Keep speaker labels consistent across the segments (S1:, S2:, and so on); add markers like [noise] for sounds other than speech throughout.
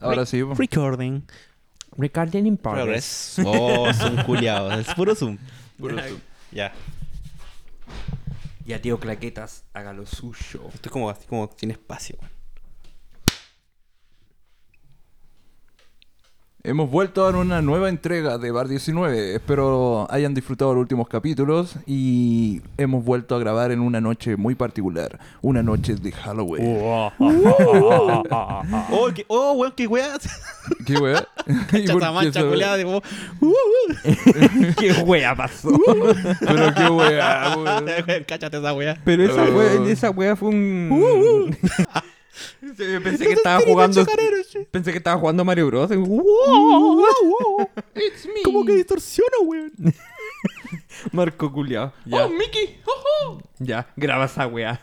S1: Ahora sí. po.
S2: Recording.
S3: Recording in progress. [laughs]
S2: Progress.
S4: Oh, Zoom culiado. Es puro Zoom.
S1: Puro tú.
S4: Ya.
S3: Ya, tío Claquetas, haga lo suyo.
S4: Esto es como así como tiene espacio. weón.
S1: Hemos vuelto a una nueva entrega de Bar 19. Espero hayan disfrutado los últimos capítulos y hemos vuelto a grabar en una noche muy particular. Una noche de Halloween.
S3: Ah,
S4: Oh, qué, oh, weón, qué weas. [laughs]
S1: ¿Qué weá? [laughs] ¿Y por
S4: Chata
S1: qué
S4: mancha
S1: se ve?
S4: culiada. de como, uh, uh.
S3: ¿Qué wea pasó?
S1: Pero qué weá, weón.
S4: [laughs] Weón, Cáchate esa wea.
S3: Pero esa
S1: Oh.
S3: wea, esa wea fue un. [laughs] Sí, Pensé que estaba jugando. Pensé que estaba jugando Mario Bros. [laughs]
S4: ¿Cómo que distorsiona, weón?
S3: Marco culiao. Ya. ¡Oh, Mickey! Ya, graba esa wea.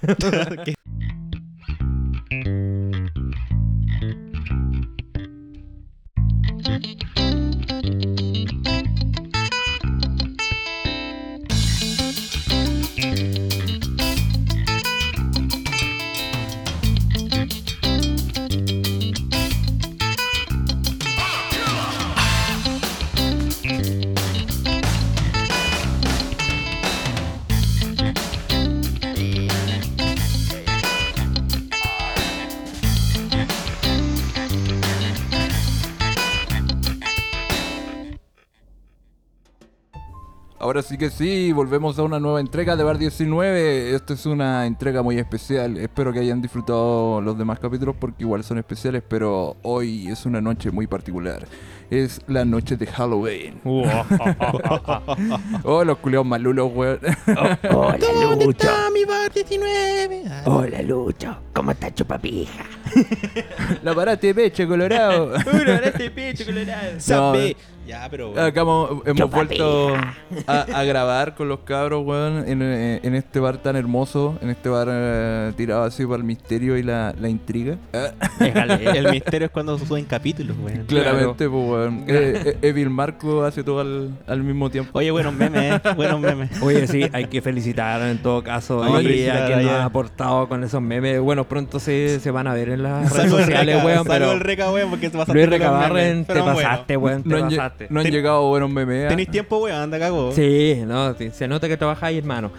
S1: Ahora sí que sí, volvemos a una nueva entrega de Bar 19. Esta es una entrega muy especial. Espero que hayan disfrutado los demás capítulos porque igual son especiales, pero hoy es una noche muy particular. Es la noche de Halloween.
S4: [laughs]
S1: Oh, los culeados malulos, weón.
S5: Hola Lucho,
S4: mi bar 19. Ah,
S5: hola Lucho, ¿cómo está chupapija?
S1: la parate, pecho, colorado.
S4: este sabe. Ya, pero. weón.
S1: Acá hemos, hemos
S5: Chupa
S1: vuelto a, a grabar con los cabros, weón, en, eh, en este bar tan hermoso, en este bar eh, tirado así para el misterio y la, la intriga. Ah,
S4: Déjale, El misterio es cuando suben capítulos, weón.
S1: claramente, pues, weón. Eh, eh, Evil Marco hace todo al, al mismo tiempo.
S4: Oye, buenos memes, eh. Buenos memes.
S3: Oye, sí, hay que felicitar en todo caso
S4: Hay que
S3: a quien
S4: felicitar
S3: nos
S4: allá.
S3: ha aportado con esos memes. Bueno, pronto se, se van a ver en las redes
S4: Salud el
S3: sociales,
S4: reca,
S3: weón,
S4: salud
S3: pero
S4: el reca, weón, porque te pasaste
S3: Luis
S4: con los
S3: Recabarren,
S4: memes.
S3: te
S4: Pero bueno,
S3: pasaste, weón, te
S1: No han, lle-
S3: pasaste.
S1: no han
S4: Ten-
S1: llegado buenos memes.
S4: Tenéis tiempo, weón, anda cago.
S3: Sí, no, sí, se nota que trabajáis, hermano.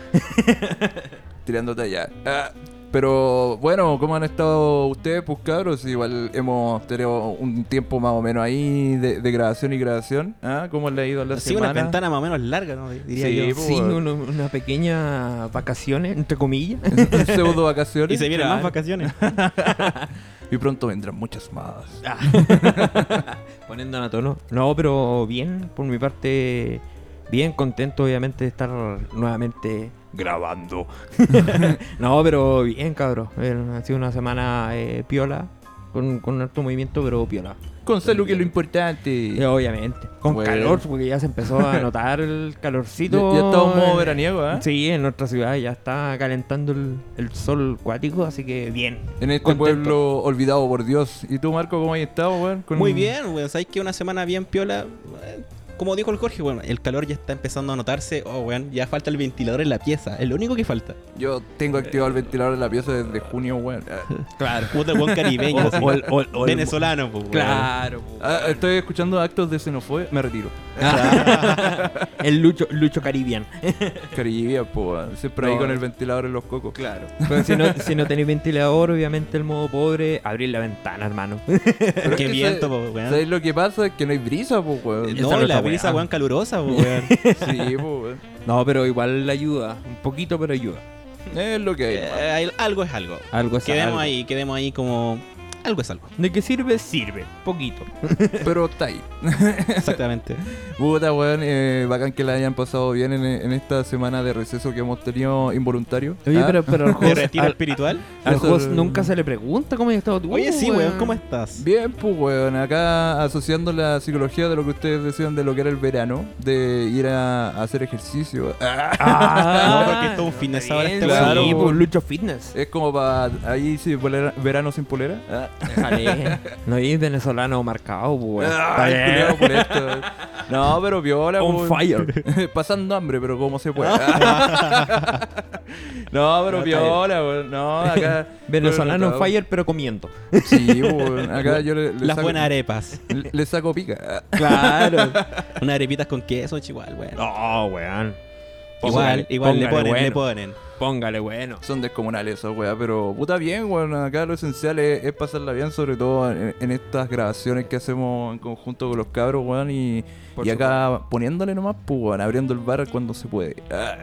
S1: tirándote allá. Ah, pero bueno, ¿cómo han estado ustedes, pues cabros? Igual hemos tenido un tiempo más o menos ahí de, de grabación y grabación. ¿Ah? ¿Cómo le ha ido a la
S4: Sí,
S1: semana?
S4: una ventana más o menos larga, ¿no? Diría
S1: Sí,
S4: yo.
S1: po,
S3: Sí,
S1: weón.
S3: uno- una pequeña vacaciones, entre
S4: [laughs]
S3: comillas.
S1: [laughs] pseudo vacaciones.
S4: Y se vienen más
S3: Claro. [laughs]
S4: vacaciones.
S1: Y pronto vendrán muchas más.
S4: Ah.
S3: [laughs] Poniéndonos a tono. No, pero bien, por mi parte, bien contento obviamente de estar nuevamente grabando. no, pero bien, cabrón. Eh, Ha sido una semana eh, piola, con, con harto movimiento, pero piola.
S1: Con salud, que es lo
S3: Eh,
S1: importante.
S3: obviamente. Con
S1: Bueno.
S3: calor, porque ya se empezó a notar el calorcito.
S1: Ya- ya estamos en modo
S3: eh,
S1: veraniego, ¿eh?
S3: Sí, en nuestra ciudad ya está calentando el, el sol cuático, así que bien.
S1: En este
S3: Contento.
S1: pueblo olvidado por Dios. ¿Y tú, Marco, cómo has estado, weón? Con-
S4: Muy bien, weón. Sabéis que una semana bien piola. eh, Como dijo el Jorge, bueno, el calor ya está empezando a notarse. Oh, weón, ya falta el ventilador en la pieza. Es lo único que falta.
S1: Yo tengo activado el ventilador en la pieza desde junio,
S4: [laughs]
S1: weón. Ah,
S3: Claro.
S4: Puta el weón caribeño. así.
S3: [laughs] O el- o el- o el-
S4: Venezolano, pues, weón.
S3: Claro.
S1: ah, estoy escuchando actos de xenofobia. Me retiro.
S3: Ah. [laughs] el lucho, lucho caribian.
S1: Caribia, po, weón. Siempre ahí
S3: No.
S1: con el ventilador en los cocos.
S4: Claro.
S3: Pero si no, si no tenéis ventilador, obviamente el modo pobre, abrir la ventana, hermano.
S1: [laughs] Pero es
S4: Qué
S1: que
S4: viento,
S1: sabe-
S4: po, weón. Eh,
S1: ¿Sabes lo que pasa? Es que no hay brisa, po, weón.
S3: pues, Esa
S4: No, y
S3: es
S4: la
S3: otra
S4: brisa,
S3: weá.
S4: weón, calurosa,
S3: [laughs]
S4: pues, weón.
S1: Sí, po, weón.
S3: No, pero igual ayuda. Un poquito, pero ayuda.
S1: Es lo
S4: [laughs]
S1: que hay.
S4: Eh,
S1: hermano.
S4: hay- algo es algo.
S3: Algo es pues.
S4: Quedemos
S3: algo.
S4: ahí, quedemos ahí como. Algo es algo.
S3: ¿De qué sirve? Sirve. Poquito.
S1: Pero está ahí.
S4: Exactamente.
S1: Puta, weón. eh, bacán que la hayan pasado bien en, en esta semana de receso que hemos tenido involuntario.
S3: Oye,
S1: Ah,
S3: pero,
S4: [laughs]
S3: pero al
S4: ¿De
S3: host,
S4: retiro
S3: al-
S4: espiritual?
S3: al
S1: Eso-
S3: host nunca se le pregunta cómo ha estado tú.
S4: Oye, sí,
S3: Uh,
S4: weón, ¿cómo estás?
S1: Bien, pues, weón. Acá asociando la psicología de lo que ustedes decían de lo que era el verano, de ir a, a hacer ejercicio. Ah,
S3: Ah,
S4: No, porque esto es un fitness ahora, este
S1: weón.
S3: claro. Sí,
S1: Claro.
S3: pues Lucho [laughs] Fitness.
S1: es como para ahí sí, polera- verano sin polera. Ah. [laughs]
S3: Déjale. No hay venezolano marcado, pues.
S1: Ay, culiao, por esto. No, pero viola.
S3: On
S1: weón.
S4: [laughs]
S3: fire.
S1: [laughs] Pasando hambre, pero como se puede.
S3: Ah.
S1: [laughs] no, pero viola, weón. No, acá.
S3: Venezolano
S1: pero-
S3: fire, pero comiendo.
S1: Sí, weón. Acá yo le, le
S4: Las
S1: saco-
S4: buenas arepas.
S1: le- le saco pica.
S3: Claro.
S4: Unas arepitas con queso, igual, weón.
S3: [laughs] No, weón.
S4: igual, igual le ponen,
S3: bueno.
S4: le ponen.
S3: Póngale bueno.
S1: Son descomunales esas weas, pero puta bien, weón. Acá lo esencial es, es pasarla bien, sobre todo en, en estas grabaciones que hacemos en conjunto con los cabros, weón. Y,
S3: Por
S1: y acá poniéndole nomás, pues, weón, abriendo el bar cuando se
S4: [laughs]
S1: puede. Ah,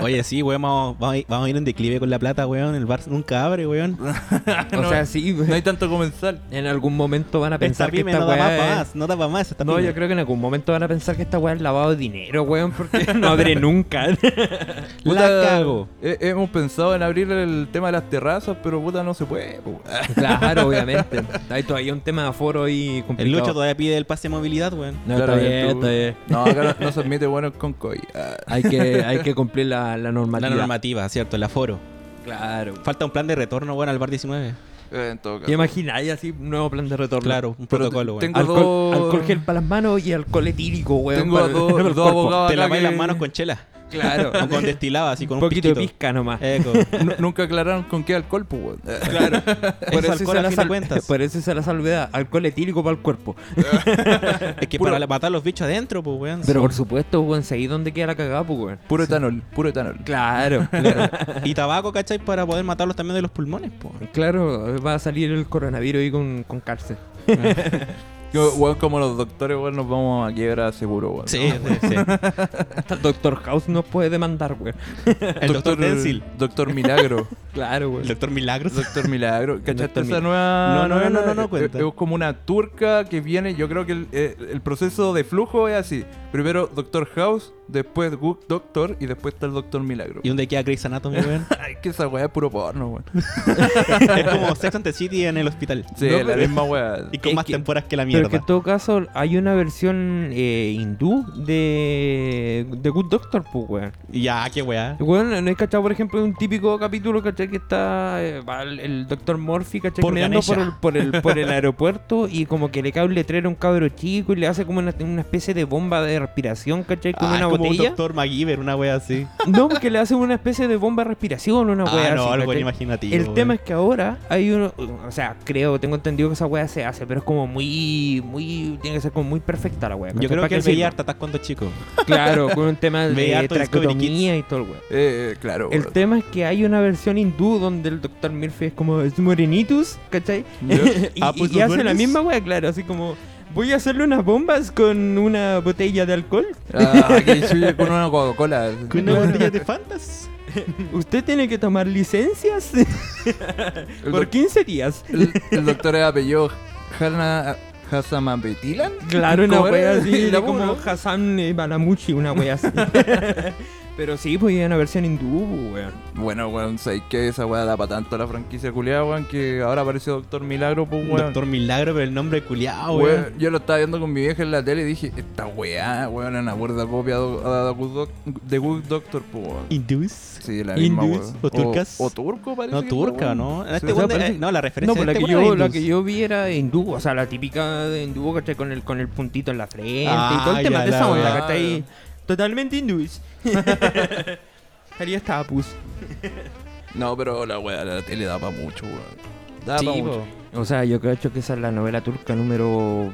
S4: Oye, sí, weón, vamos, vamos, a ir- vamos a ir en declive con la plata, weón. El bar nunca abre, weón. Ah,
S3: O
S1: No.
S3: [laughs] sea, sí,
S1: no hay tanto comensal.
S3: en algún momento van a
S4: Esta
S3: pensar que
S4: pyme
S3: esta
S4: no da
S3: weá
S4: más,
S3: es-
S4: pa' más, no da pa' más. Esta
S3: No,
S4: pyme.
S3: yo creo que en algún momento van a pensar que esta weá es lavado de dinero, weón, porque no abre [laughs] nunca.
S4: [laughs] La cago.
S1: eh, hemos pensado en abrir el tema de las terrazas, pero puta no se puede. po. Ah,
S3: claro, obviamente. Hay todavía un tema de aforo ahí
S4: El
S3: complicado.
S4: Lucho todavía pide el pase de movilidad, weón.
S3: No,
S1: claro,
S3: está bien,
S1: tú-
S3: está bien.
S1: No, acá no, no se admite bueno con COI. Ah,
S3: Hay que, hay que cumplir la, la normativa.
S4: La normativa, ¿cierto? El aforo.
S3: Claro.
S4: Falta un plan de retorno, weón, al bar 19.
S1: eh, en todo
S3: ¿Te
S1: caso.
S3: imagináis así un nuevo plan de retorno?
S4: Claro, un
S1: Pero
S4: protocolo, weón.
S1: tengo-
S3: Alcohol,
S1: dos-
S3: alcohol gel para las manos y alcohol etílico, weón.
S1: Tengo
S3: para
S1: a
S3: el-
S4: [laughs]
S1: dos,
S3: para el
S1: dos
S3: cuerpo.
S1: abogados.
S4: Te
S1: acá
S4: laváis
S1: que-
S4: las manos con chela.
S3: Claro.
S4: O con destilado, así con
S3: un Eh,
S4: un,
S3: poquito de
S4: piquito.
S3: pizca nomás.
S4: Eco.
S1: [laughs] Nu- Nunca aclararon con qué alcohol, pues, weón. Ah.
S4: [laughs]
S3: Claro.
S4: Es alcohol a fin de
S3: sal-
S4: cuentas.
S3: por eso se la salvedad. Alcohol etílico para el cuerpo.
S4: Es que para la- matar los bichos adentro, pues, weón.
S3: Pero por supuesto, weón, seguí donde queda la cagada, pues, weón.
S1: Puro etanol, puro etanol.
S4: [laughs]
S3: Claro.
S4: Y tabaco, ¿cachai? Para poder matarlos también de los pulmones, po.
S3: claro, va a salir el coronavirus ahí con, con cárcel.
S1: Yo, weón, como los doctores, weón, nos vamos a quiebrar seguro, weón.
S4: Sí, sí, sí.
S3: Hasta el Doctor House nos puede demandar, weón.
S4: El doctor Densil.
S1: Doctor Milagro.
S3: Claro,
S4: [laughs] El
S3: weón.
S4: doctor Milagros.
S1: Doctor Milagro. ¿Cachaste
S3: Doctor
S1: esa
S3: Mil-
S1: nueva.?
S4: No, no,
S1: nueva-
S4: no, no, no,
S1: eh,
S4: cuenta.
S1: eh, Es como una turca que viene. Yo creo que el, eh, el proceso de flujo es así: primero Doctor House, después Good Doctor y después está el Doctor Milagro.
S4: ¿Y dónde queda Grey's Anatomy, weón?
S1: Ay, que esa weá es puro porno,
S4: [laughs]
S1: weón.
S4: es como Sex and the City en el hospital.
S1: Sí,
S3: No,
S1: la
S3: pero-
S1: misma weá.
S4: [laughs]
S1: Eh,
S4: Y con
S3: Es
S4: más
S3: que-
S4: temporadas que la
S3: Pero
S4: mierda.
S3: que en todo caso hay una versión eh, hindú de, de Good Doctor, pues, weón.
S4: Ya, qué weá.
S3: Weón, ¿no hay cachado, por ejemplo, un típico capítulo, cachai, que está eh, va el, doctor Morphy, cachai,
S4: Por
S3: caminando por el,
S4: Ganesha.
S3: por, el, por
S4: [laughs]
S3: el aeropuerto y como que le cae un letrero a un cabro chico y le hace como una, una especie de bomba de respiración, cachai, con
S4: Ah, es
S3: una
S4: como un
S3: botella.
S4: doctor MacGyver, una weá así.
S3: No, porque le hace una especie de bomba de respiración, una
S4: ah,
S3: weá
S4: no,
S3: así,
S4: algo
S3: ¿cachai?
S4: imaginativo.
S3: El
S4: weón.
S3: tema es que ahora hay uno, o sea, creo, tengo entendido que esa weá se hace, pero es como muy, muy, tiene que ser como muy perfecta la weá.
S4: Yo
S3: ¿cachai?
S4: creo
S3: ¿Para
S4: que
S3: qué
S4: él veía
S3: sirva?
S4: harta Attack cuando chico.
S3: Claro, con un
S4: [laughs]
S3: tema
S4: Veía
S3: de
S4: harto Discovery
S3: traqueotomía y todo el weá.
S1: Eh, eh, claro,
S3: El
S1: weón.
S3: tema es que hay una versión hindú donde el Dr. Murphy es como es morenitus, ¿cachai? [laughs]
S1: Ya.
S3: y
S4: [laughs] Ah,
S3: y-
S4: pues,
S3: y hace la
S4: duermes.
S3: misma wea, claro, así como voy a hacerle unas bombas con una botella de alcohol.
S1: Ah, que chuye con una Coca-Cola.
S4: [laughs] Con una botella de Fantas.
S3: Usted tiene que tomar [laughs] licencias
S1: El
S3: por
S1: doc-
S3: 15 días.
S1: El, el doctor es apellido Hanna Hassamambetilan.
S3: Claro, una
S1: ¿Cómo
S3: wea
S1: era?
S3: así,
S1: La
S3: como
S1: uno.
S3: Hassan eh, Balamuchi, una wea [laughs] así. Pero sí, pues hay una versión hindú, pues, weón.
S1: Bueno, weón, ¿sabes qué? Esa weá da para tanto la franquicia culiada, weón, que ahora apareció Doctor Milagro, pues, weón. Ah,
S4: Doctor Milagro, pero el nombre culiado,
S1: Weón,
S4: weón.
S1: Yo lo estaba viendo con mi vieja en la tele y dije, esta weá, weón, es una cuerda copia do- a- a Good Doc- de Good Doctor, pues, weón.
S4: Induce.
S1: Sí, la misma,
S4: Hindus
S1: weón.
S4: o turcas.
S1: O, turco, parece.
S4: No,
S1: que,
S4: turca,
S1: weón.
S4: ¿no?
S1: Sí,
S4: Este
S1: o sea,
S4: weón de-
S1: parece-
S4: no, la
S3: No,
S4: referencia de
S3: pues la
S4: este
S3: que,
S4: weón
S3: yo,
S4: es
S3: la
S4: Induce.
S3: que yo vi era hindú, o sea, la típica de hindú, ¿cachai? Con el, con el puntito en la frente
S4: Ah,
S3: y todo el tema
S4: ya,
S3: de esa
S4: la-
S3: onda, ¿cachai? Totalmente hindú. [laughs] Haría tapus.
S1: No, pero la weá, la tele da para mucho, weón. Da pa'
S3: Sí,
S1: mucho.
S3: O sea, yo creo que esa es la novela turca número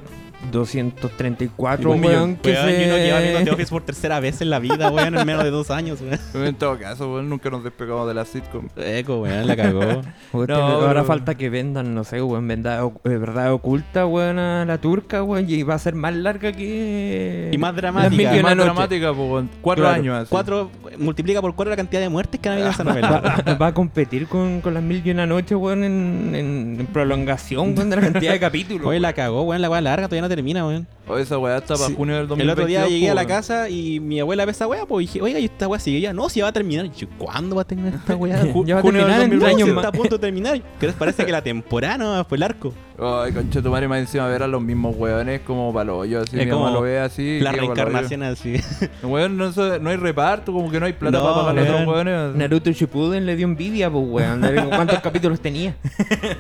S3: 234,
S4: Un millón,
S3: weón, que
S4: weón, y uno lleva
S3: [laughs]
S4: viendo The
S3: se...
S4: Office por tercera vez en la vida, weón, en menos de dos años, weón.
S1: En todo caso, weón, nunca nos despegamos de la sitcom.
S4: Eco, weón, la cagó.
S3: Puta,
S1: No,
S3: ahora
S1: pero-
S3: falta que vendan, no sé, weón, venda- eh, verdad oculta, weón, a la turca, weón, y va a ser más larga que...
S4: Y más
S3: Las
S4: dramática.
S3: mil y
S1: Es
S3: una
S1: más
S3: noche.
S1: dramática, pues, weón. Cuatro
S3: Claro.
S1: años así.
S4: [laughs] Cuatro, multiplica por cuatro la cantidad de muertes que han habido en esa novela.
S3: Va, va a competir con, con las mil y una noche, weón, en, en- en prolongación, weón, de la cantidad de capítulos.
S4: [laughs] Oye, la cagó, weón, la weá larga, todavía no termina, weón.
S1: O Oh, esa weá está para
S4: Sí.
S1: junio del 2022.
S4: El otro día llegué a la
S1: po,
S4: casa y mi abuela ve esa weá, pues dije, oiga, ¿y esta weá sigue ya? No, si va a terminar. Y yo, ¿cuándo va a [laughs] terminar esta weá?
S3: Ya va a
S1: Junio del
S3: terminar en
S1: 2012
S3: tres
S4: No,
S3: años
S4: si está a
S3: más.
S4: punto de terminar. Que les parece que la temporada no fue el arco.
S1: weón. Ay, concha tu madre, más encima ver a los mismos hueones como para los hoyos, así.
S4: Es
S1: mi mamá
S4: como
S1: lo ve así.
S4: la
S1: que para los hoyos.
S3: [laughs]
S4: reencarnación así.
S1: Weón, no, se- no hay reparto, como que no hay plata
S4: No,
S1: para pagar a los otros
S4: weón.
S1: hueones.
S3: Naruto Shippuden le dio envidia, pues, weón. ¿Cuántos capítulos tenía?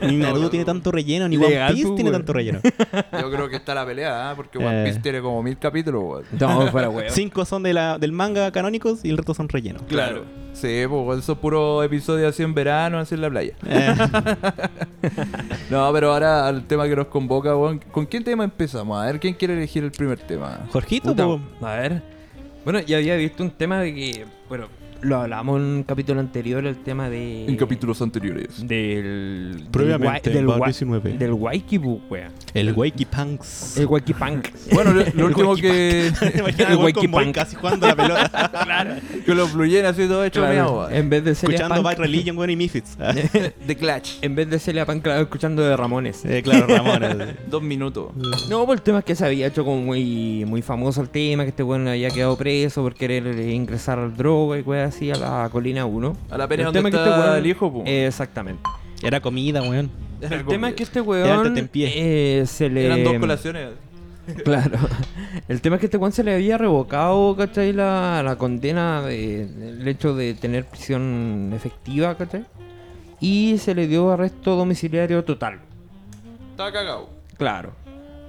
S4: Ni Naruto tiene tanto relleno, ni
S3: Legal,
S4: One Piece
S3: pues,
S4: tiene
S3: weón. [laughs]
S4: tanto relleno.
S1: Yo creo que está la pelea, ¿ah? porque One
S4: Eh.
S1: Piece tiene como mil capítulos, weón.
S3: No, fuera, weón.
S4: Cinco son de la, del manga canónicos y el resto son rellenos.
S1: Claro. Sí, pues eso es puro episodio así en verano, así en la playa.
S4: Eh,
S1: No, pero ahora al tema que nos convoca, weón. ¿Con qué tema empezamos? A ver, ¿quién quiere elegir el primer tema?
S4: Jorgito,
S3: Puta,
S4: po.
S3: a ver. Bueno, ya había visto un tema de que. Bueno, lo hablamos en un capítulo anterior, el tema de.
S1: En capítulos anteriores.
S3: Del.
S4: Previamente,
S3: del,
S4: en
S3: wa-
S4: Bar
S3: del,
S4: 19.
S3: wa- del Waiki Boo, weón.
S4: el Wakey Punks. [laughs]
S3: El Waiki [laughs] Punk.
S1: Bueno, lo, lo último que, [laughs]
S4: Imagina
S3: el
S4: el Wakey
S3: Wakey
S4: Punk
S3: Punk.
S4: casi jugando a la [laughs] pelota.
S1: que lo fluyen así todo hecho
S3: Claro, Eh,
S1: meao, weón.
S3: en vez de Celia
S4: Escuchando
S3: Punk.
S4: Bad Religion, weón, y [laughs] Misfits.
S1: The Clash.
S3: En vez de Celia Punk, claro, escuchando de Ramones.
S4: Eh, claro, Ramón.
S1: Dos minutos.
S3: No, por el tema es que se había hecho como muy, muy famoso el tema, que este weón había quedado preso por querer eh, ingresar al droga y weón así a la colina 1.
S1: A la pena
S3: el
S1: donde
S3: tema es
S1: está
S3: weón-
S1: el hijo, pues. po.
S3: Eh, Exactamente.
S4: Era comida, weón.
S3: El tema es que este
S4: Levántate
S3: weón
S4: en pie.
S3: eh, se le...
S1: Eran dos colaciones.
S3: [laughs] Claro. El tema es que este weón se le había revocado, ¿cachai? La, la condena, de- el hecho de tener prisión efectiva, ¿cachai? Y se le dio arresto domiciliario total.
S1: Estaba cagado.
S3: Claro.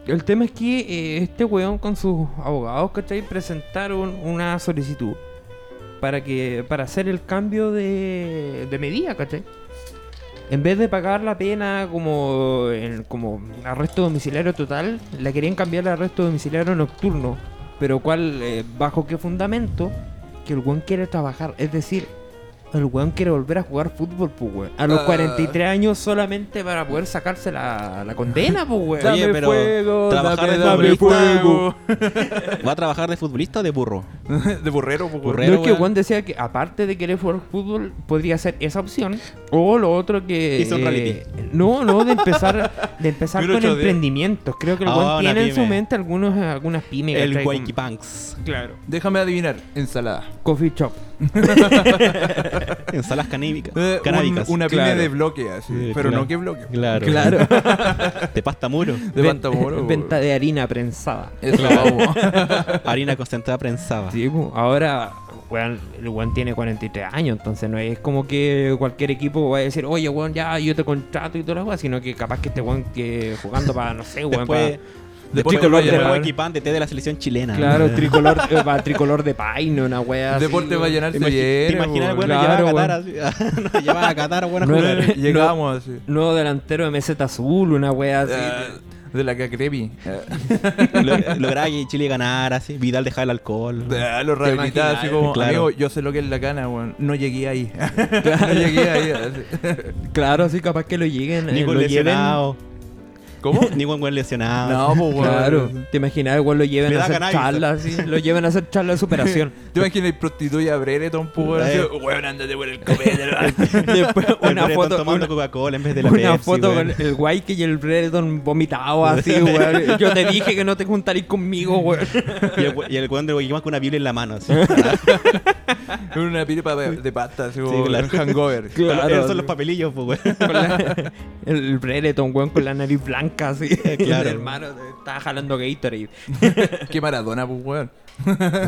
S3: El tema es que eh, este weón con sus abogados, ¿cachai? Presentaron una solicitud para que para hacer el cambio de, de medida, ¿cachai? En vez de pagar la pena como, en- como arresto domiciliario total, la querían cambiar a arresto domiciliario nocturno. Pero ¿cuál, eh, bajo qué fundamento? Que el weón quiere trabajar. Es decir, el weón quiere volver a jugar fútbol, pues, weón. A los
S1: Ah.
S3: 43 años solamente para poder sacarse la, la condena, pues, weón.
S4: Oye, pero trabajar de futbolista, ¿Va a trabajar de futbolista o de burro?
S1: [laughs] de burrero, pues, po,
S4: Burrero.
S3: No es que
S4: weón.
S3: Juan decía que aparte de querer jugar fútbol, podría ser esa opción. O lo otro que. eh,
S4: Hizo un reality.
S3: no, no, de empezar, de
S4: [laughs]
S3: empezar con
S1: 1810.
S3: emprendimientos. Creo que el
S4: Ah,
S3: Juan
S4: una
S3: tiene en su
S4: pyme.
S3: mente algunos, algunas pymes.
S4: El
S3: ¿cachai?
S4: Wakey
S3: Como-
S4: Punks.
S3: Claro.
S1: Déjame adivinar. Ensalada.
S3: Coffee shop.
S4: Ensalas canábicas.
S1: Eh, un-
S4: canábicas.
S1: una pyme
S3: claro.
S1: de bloque, así.
S4: Eh,
S1: pero
S4: claro.
S1: no que bloque.
S4: Claro.
S3: Claro.
S4: [laughs] De pasta muro.
S1: De
S3: Ven-
S4: [laughs]
S1: Bantamoro, po.
S3: [laughs] Venta de harina prensada.
S1: Eso, vamos.
S4: Harina concentrada prensada.
S3: Sí, po. ahora weón, el Juan tiene 43 años, entonces no es como que cualquier equipo va a decir, oye, Juan, ya yo te contrato y todas las cosas, sino que capaz que este Juan que jugando para, no sé, weón,
S4: Después,
S1: Después
S4: después,
S1: me voy a
S4: después
S1: llamar.
S4: Wakey Punk de té de la selección chilena. [laughs]
S3: Claro, tricolor, eh, va, tricolor de paino, una wea así.
S1: Deporte va a llenarse
S4: Imagi-
S1: bien.
S4: ¿Te imaginas, bueno,
S3: Claro,
S4: llevaba a Qatar, así, [laughs] no, llevaba a Qatar, bueno, a
S3: No
S4: jugar. [laughs]
S3: era-
S1: Llegamos así.
S3: Nuevo delantero de meseta azul, una wea así.
S1: Ah, de la cacrepi. Eh,
S4: Lo- Lograba que Chile ganara, así. Vidal dejaba el alcohol.
S1: los rehabilitados así como,
S4: Claro.
S1: amigo, yo sé lo que es la cana, weón. No llegué ahí. [laughs]
S4: [laughs]
S1: no llegué ahí. así.
S3: Claro, así capaz que lo lleguen. eh,
S4: Ningún
S3: lo lleven.
S4: lesionado.
S3: [laughs]
S1: ¿Cómo?
S4: Ningún buen lesionado.
S1: No, pues, weón.
S3: Claro, te imaginas, igual lo lleven
S4: Me
S3: a
S4: da
S3: hacer
S4: cannabis.
S3: charlas, así, lo lleven a hacer charlas de
S4: [laughs]
S3: superación.
S1: ¿Te imaginas el prostituya Brereton, pues, weón? Así,
S4: Eh.
S1: Weón, ándate por el copete. [laughs]
S3: Después una
S4: Breton
S3: foto,
S4: tomando
S3: una-
S4: Coca-Cola en vez de la
S3: Una
S4: Pepsi,
S3: foto
S4: weón.
S3: con el Waikey y el Brereton
S4: [laughs]
S3: vomitado así, weón. Yo te dije que no te juntaréis conmigo, weón.
S4: [laughs] Y el we- Y el weón de Wakey Punk con una Biblia en la mano, así.
S1: Una pipa de, de pasta, así como
S4: claro.
S1: un [laughs] hangover.
S3: [laughs] Claro.
S4: Esos son los papelillos, pues, weón.
S3: Con la- el Brereton, weón, con la nariz blanca así.
S4: [laughs] Claro.
S3: El hermano te estaba jalando Gatorade.
S1: Qué maradona, pues, weón.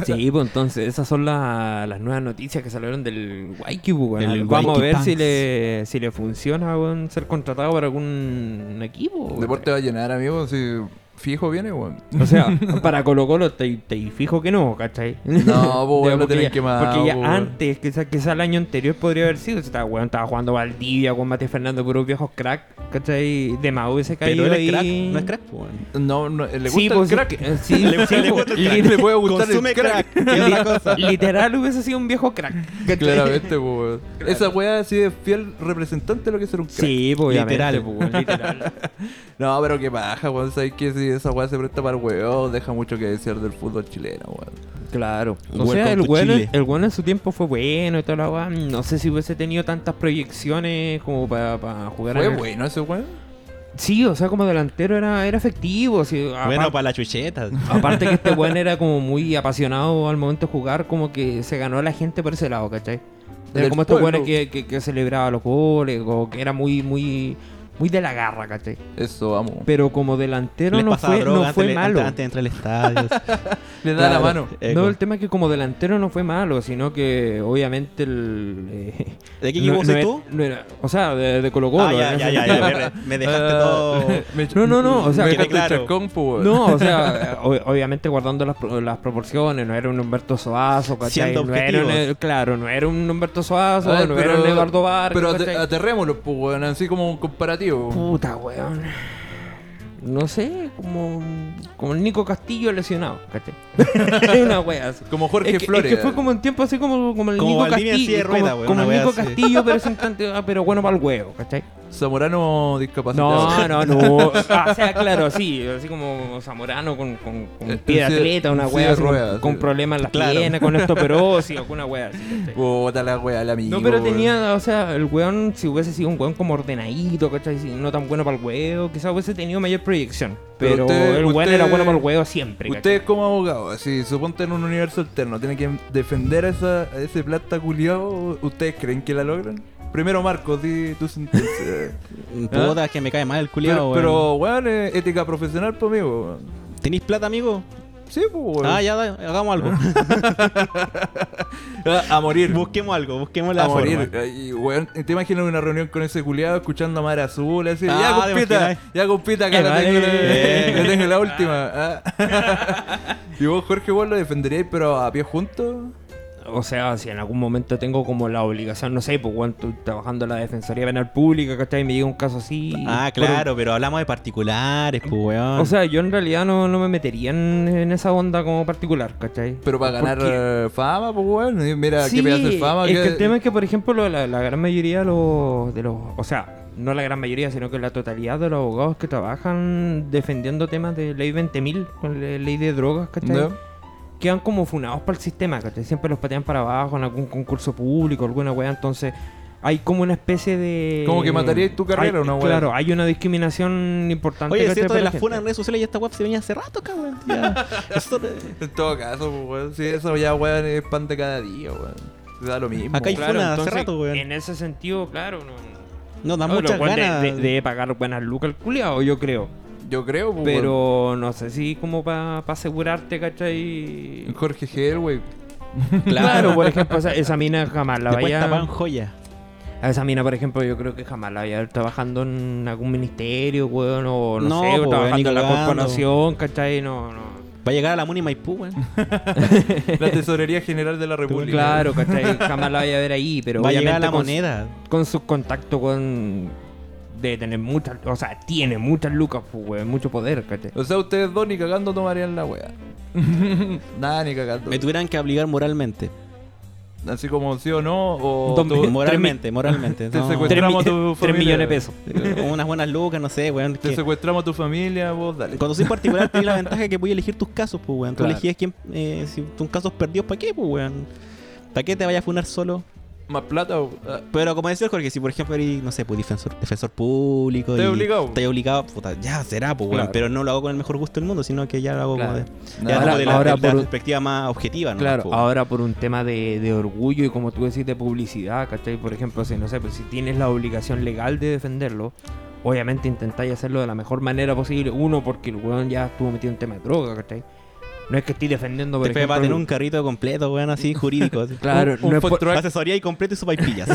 S3: Sí, pues entonces esas son la- las nuevas noticias que salieron del Waikiki,
S4: El
S3: Vamos a
S4: Waikiki
S3: ver si
S4: Punks.
S3: le, si le funciona weón, ser contratado por algún equipo. weón.
S1: Deporte va a llenar, amigo. Si fijo viene, weón.
S3: O sea, para Colo Colo te, te fijo que no, ¿cachai?
S1: No,
S3: [laughs]
S1: pues, weón, lo tienen
S3: ya-
S1: quemado,
S3: Porque ya
S1: pues, weón.
S3: antes, quizás quizá el año anterior podría haber sido. Estaba, weón, estaba jugando Valdivia con Mate Fernando, puros viejos crack, ¿cachai? De Mau se caído
S4: Pero él
S3: ahí.
S4: es crack, no es crack, pues, weón.
S1: No, no, le gusta
S3: Sí,
S1: el
S3: pues,
S1: crack.
S3: eh, sí,
S4: [laughs] Le-
S3: sí,
S4: le
S3: pues,
S4: gusta el
S3: li-
S4: crack.
S1: Le puede gustar
S4: Consume
S1: el crack.
S4: crack. ¿Qué otra cosa?
S3: Literal hubiese sido un viejo crack. ¿cachai?
S1: [laughs] Claramente, pues, weón. Esa weá sí es fiel representante de lo que es ser un crack.
S3: [laughs] Sí, pues, obviamente,
S4: Literal.
S3: pues, weón,
S4: [laughs]
S3: literal.
S1: No, pero qué paja, weón. Sabes que si esa weá se presta para el weón, deja mucho que decir del fútbol chileno, weón.
S3: Claro. O
S4: Welcome
S3: sea, el
S4: to
S3: bueno,
S4: Chile.
S3: el bueno en su tiempo fue bueno y toda la weá. No sé si hubiese tenido tantas proyecciones como para jugar
S1: Fue
S3: en el-
S1: bueno ese weón.
S3: Sí, o sea, como delantero era, era efectivo. sí,
S4: Bueno,
S3: apar-
S4: para la chucheta.
S3: Aparte que este weón era como muy apasionado al momento de jugar, como que se ganó a la gente por ese lado, ¿cachai? Era
S1: Del
S3: como estos
S1: pueblo.
S3: weones que, que, que celebraba los goles, o que era muy, muy, muy de la garra, ¿cachai?
S1: Eso, vamos.
S3: Pero como delantero no fue, no fue
S4: antes,
S3: malo.
S4: antes de entrar al
S3: [laughs]
S4: estadio.
S1: Le da la
S4: Claro.
S1: mano.
S4: Eh,
S3: no,
S4: con-
S3: el tema es que como delantero no fue malo, sino que obviamente el... eh,
S4: ¿De qué
S3: [laughs] no-
S4: equipo
S3: no
S4: soy
S3: era-
S4: tú?
S3: no era- o sea, de, de Colo Colo.
S4: ah, ya,
S3: en
S4: ya,
S3: ese [laughs]
S4: ya, ya,
S3: sentido.
S4: me- Me dejaste todo.
S3: ¿Ah? No, no, no, o sea,
S1: Ah, [laughs] me
S3: que-
S1: dejaste
S4: claro.
S1: chascón, po, [laughs] weón.
S4: Pues.
S3: No, o
S4: [laughs]
S3: sea, o- obviamente guardando las, pro- las proporciones, no era un Humberto Soazo, ¿cachai?
S4: Siendo
S3: no era un-
S4: objetivos.
S3: claro, no era un Humberto Soazo,
S1: A ver,
S3: no era un Eduardo Vargas,
S1: Pero ate-
S3: ¿cachai?
S1: aterrémoslo, po, weón, así como un comparativo.
S3: Puta, weón. No sé, como, como el Nico Castillo lesionado, ¿cachai? [laughs] una wea así.
S1: Como Jorge
S3: es que,
S1: Flores.
S3: es que fue como un tiempo así como, como el
S4: Como
S3: Nico
S4: Valdivia en silla de
S3: Castillo.
S4: rueda,
S3: como
S4: weón,
S3: como
S4: una
S3: el
S4: wea
S3: Nico
S4: así.
S3: Castillo, pero, es un tanto- ah, pero bueno para el huevo, ¿cachai?
S1: Zamorano discapacitado. [laughs]
S3: No, no, no. Ah, o sea, claro, sí, así como Zamorano con, con, con
S1: Eh,
S3: pie de
S1: sí,
S3: atleta, una
S1: sí,
S3: wea
S1: de
S3: así, con-
S1: ruedas,
S3: con
S1: sí.
S3: problemas en las
S4: Claro.
S1: [laughs]
S3: piernas, con osteoporosis, alguna wea así. ¿cachai?
S1: Puta la wea, la amigo.
S3: No, pero
S1: weón.
S3: tenía, o sea, el weón, si hubiese sido un weón como ordenadito, ¿cachai? Si No tan bueno para el huevo, quizás hubiese tenido mayor proyección.
S1: Pero
S3: Pero,
S1: usted-
S3: el weón
S1: usted-
S3: era bueno para el huevo siempre, ¿cachai?
S1: Ustedes como abogados, si suponte en un universo alterno, tienen que defender a, esa, a ese plata culiado, ¿ustedes creen que la logran? Primero Marcos, di tu
S4: [laughs]
S1: sentencia.
S4: Puta, que me cae mal el culiado,
S1: pero, pero,
S4: weón.
S1: weón, eh, ética profesional, pues, amigo. weón.
S4: ¿Tenéis plata, amigo?
S1: Sí, pues, weón.
S4: Ah, ya, da- hagamos algo.
S1: A, a morir.
S4: busquemos algo, busquemos la
S1: a morir.
S4: forma.
S1: Ay, weón, ¿Te imaginas una reunión con ese culiado escuchando a Mar Azul? Así,
S4: Ah,
S1: ya,
S4: ¿te
S1: compita,
S4: imaginas?
S1: ya, compita, que
S3: Eh,
S1: la
S3: vale.
S1: tengo, la,
S4: Eh.
S1: la tengo la
S3: [laughs]
S1: última. Ah. [laughs] y vos, Jorge, vos lo defenderíais, pero a pie juntos.
S3: O sea, si en algún momento tengo como la obligación, no sé, pues weón, estoy trabajando en la Defensoría Penal Pública, ¿cachai? Y me llega un caso así.
S4: Ah,
S3: por un-
S4: claro, pero hablamos de particulares, pues, weón.
S3: O sea, yo en realidad no, no me metería en, en esa onda como particular, ¿cachai?
S1: Pero para
S3: ¿Por
S1: ganar
S3: qué?
S1: eh, fama, pues bueno, mira qué pedazo de fama.
S3: Es
S1: que-
S3: que el tema es que, por ejemplo, lo- la, la gran mayoría de los, de los. O sea, no la gran mayoría, sino que la totalidad de los abogados que trabajan defendiendo temas de ley 20.000, con la ley de drogas, ¿cachai?
S1: ¿no?
S3: Quedan como funados para el sistema, ¿cachai? Siempre los patean para abajo en algún concurso público, alguna weá. Entonces, hay como una especie de.
S1: Como que mataríais tu carrera,
S3: Hay-
S1: una weá.
S3: Claro, hay una discriminación importante.
S4: Oye, es
S3: ¿cachai?
S4: cierto
S3: para
S4: de
S3: la
S4: las
S3: gente.
S4: funas en redes sociales y esta web se venía hace rato, cabrón.
S3: [laughs]
S4: Ya. Eso-
S1: En todo caso, pues bueno, sí, eso ya, weón, es pan de cada día, weón. Te da lo mismo.
S4: Acá hay
S1: weón.
S3: Claro,
S4: funas hace
S3: entonces,
S4: rato, weón.
S3: En ese sentido, claro, no. no-
S4: no, da
S3: No,
S4: muchas
S3: lo cual de-
S4: ganas. Oh,
S3: De, de pagar buenas lucas al culiao, yo creo.
S1: Yo creo, pues, weón.
S3: Pero no sé si como para asegurarte, ¿cachai?
S1: [laughs] Jorge Gel, wey.
S3: Claro, por ejemplo, esa, esa mina jamás la
S4: Después
S3: vaya.
S4: tapaban joya.
S3: A esa mina, por ejemplo, yo creo que jamás la vaya trabajando en algún ministerio, weón, o no,
S4: No,
S3: sé, o
S4: pues,
S3: trabajando
S4: ni
S3: en la
S4: cagando.
S3: corporación, ¿cachai? No, no.
S4: Va a llegar a la Muni Maipú, weón.
S1: La Tesorería General de la República.
S3: [laughs] Claro, ¿cachai? Jamás la vaya a ver ahí, pero
S4: Va a llegar a
S3: obviamente
S4: la
S3: con-
S4: moneda.
S3: con sus contactos con... Debe tener muchas... O sea, tiene muchas lucas, pues, weón, mucho poder, ¿cachai?
S1: O sea, ustedes dos ni cagando tomarían la wea. [laughs] Nada, ni cagando.
S4: Me tuvieran que obligar moralmente.
S1: Así como sí o no, o.
S3: Don-
S1: tú-
S3: [laughs]
S4: Moralmente, moralmente.
S1: Te
S4: no.
S1: secuestré.
S3: Tres, mi-
S1: Entramos a tu
S3: tres
S1: familia.
S3: millones de pesos.
S4: Con Unas buenas lucas, no sé, weón.
S1: Te
S4: que-
S1: secuestramos a tu familia, vos dale.
S4: Cuando soy particular,
S3: [laughs]
S4: tenés la ventaja que puedes elegir tus casos, pues, weón. Tú
S1: Claro.
S4: elegías quién, eh, si tus casos perdidos, ¿para qué, pues, weón? ¿Para qué te vayas a funar solo?
S1: Más plata, o- ah,
S4: Pero como decía el Jorge, si por ejemplo eres, no sé, pues defensor, defensor público.
S1: Estás
S4: y-
S1: obligado.
S4: Estás obligado, puta, ya será, pues, weón.
S1: Claro.
S4: Pero no lo hago con el mejor gusto del mundo, sino que ya lo hago
S3: Claro.
S4: como de, ya
S1: nada.
S4: como
S3: Ahora-
S4: de la,
S3: ahora
S4: de la
S3: por un-
S4: perspectiva más objetiva,
S1: Ah,
S4: ¿no?
S3: Claro,
S4: Pues,
S3: ahora por un tema de, de orgullo y como tú decís de publicidad, ¿cachai? Por ejemplo, si no sé, pues si tienes la obligación legal de defenderlo, obviamente intentáis hacerlo de la mejor manera posible. Uno, porque el weón ya estuvo metido en tema de droga, ¿cachai? No es que estés defendiendo, por
S4: Te fue
S3: ejemplo,
S4: para tener
S3: el-
S4: un carrito completo,
S3: [laughs]
S4: weón, así jurídico. así.
S3: Claro,
S1: un
S3: no, es por,
S1: Truck.
S4: Asesoría y completo
S3: [laughs]
S4: y sopaipillas.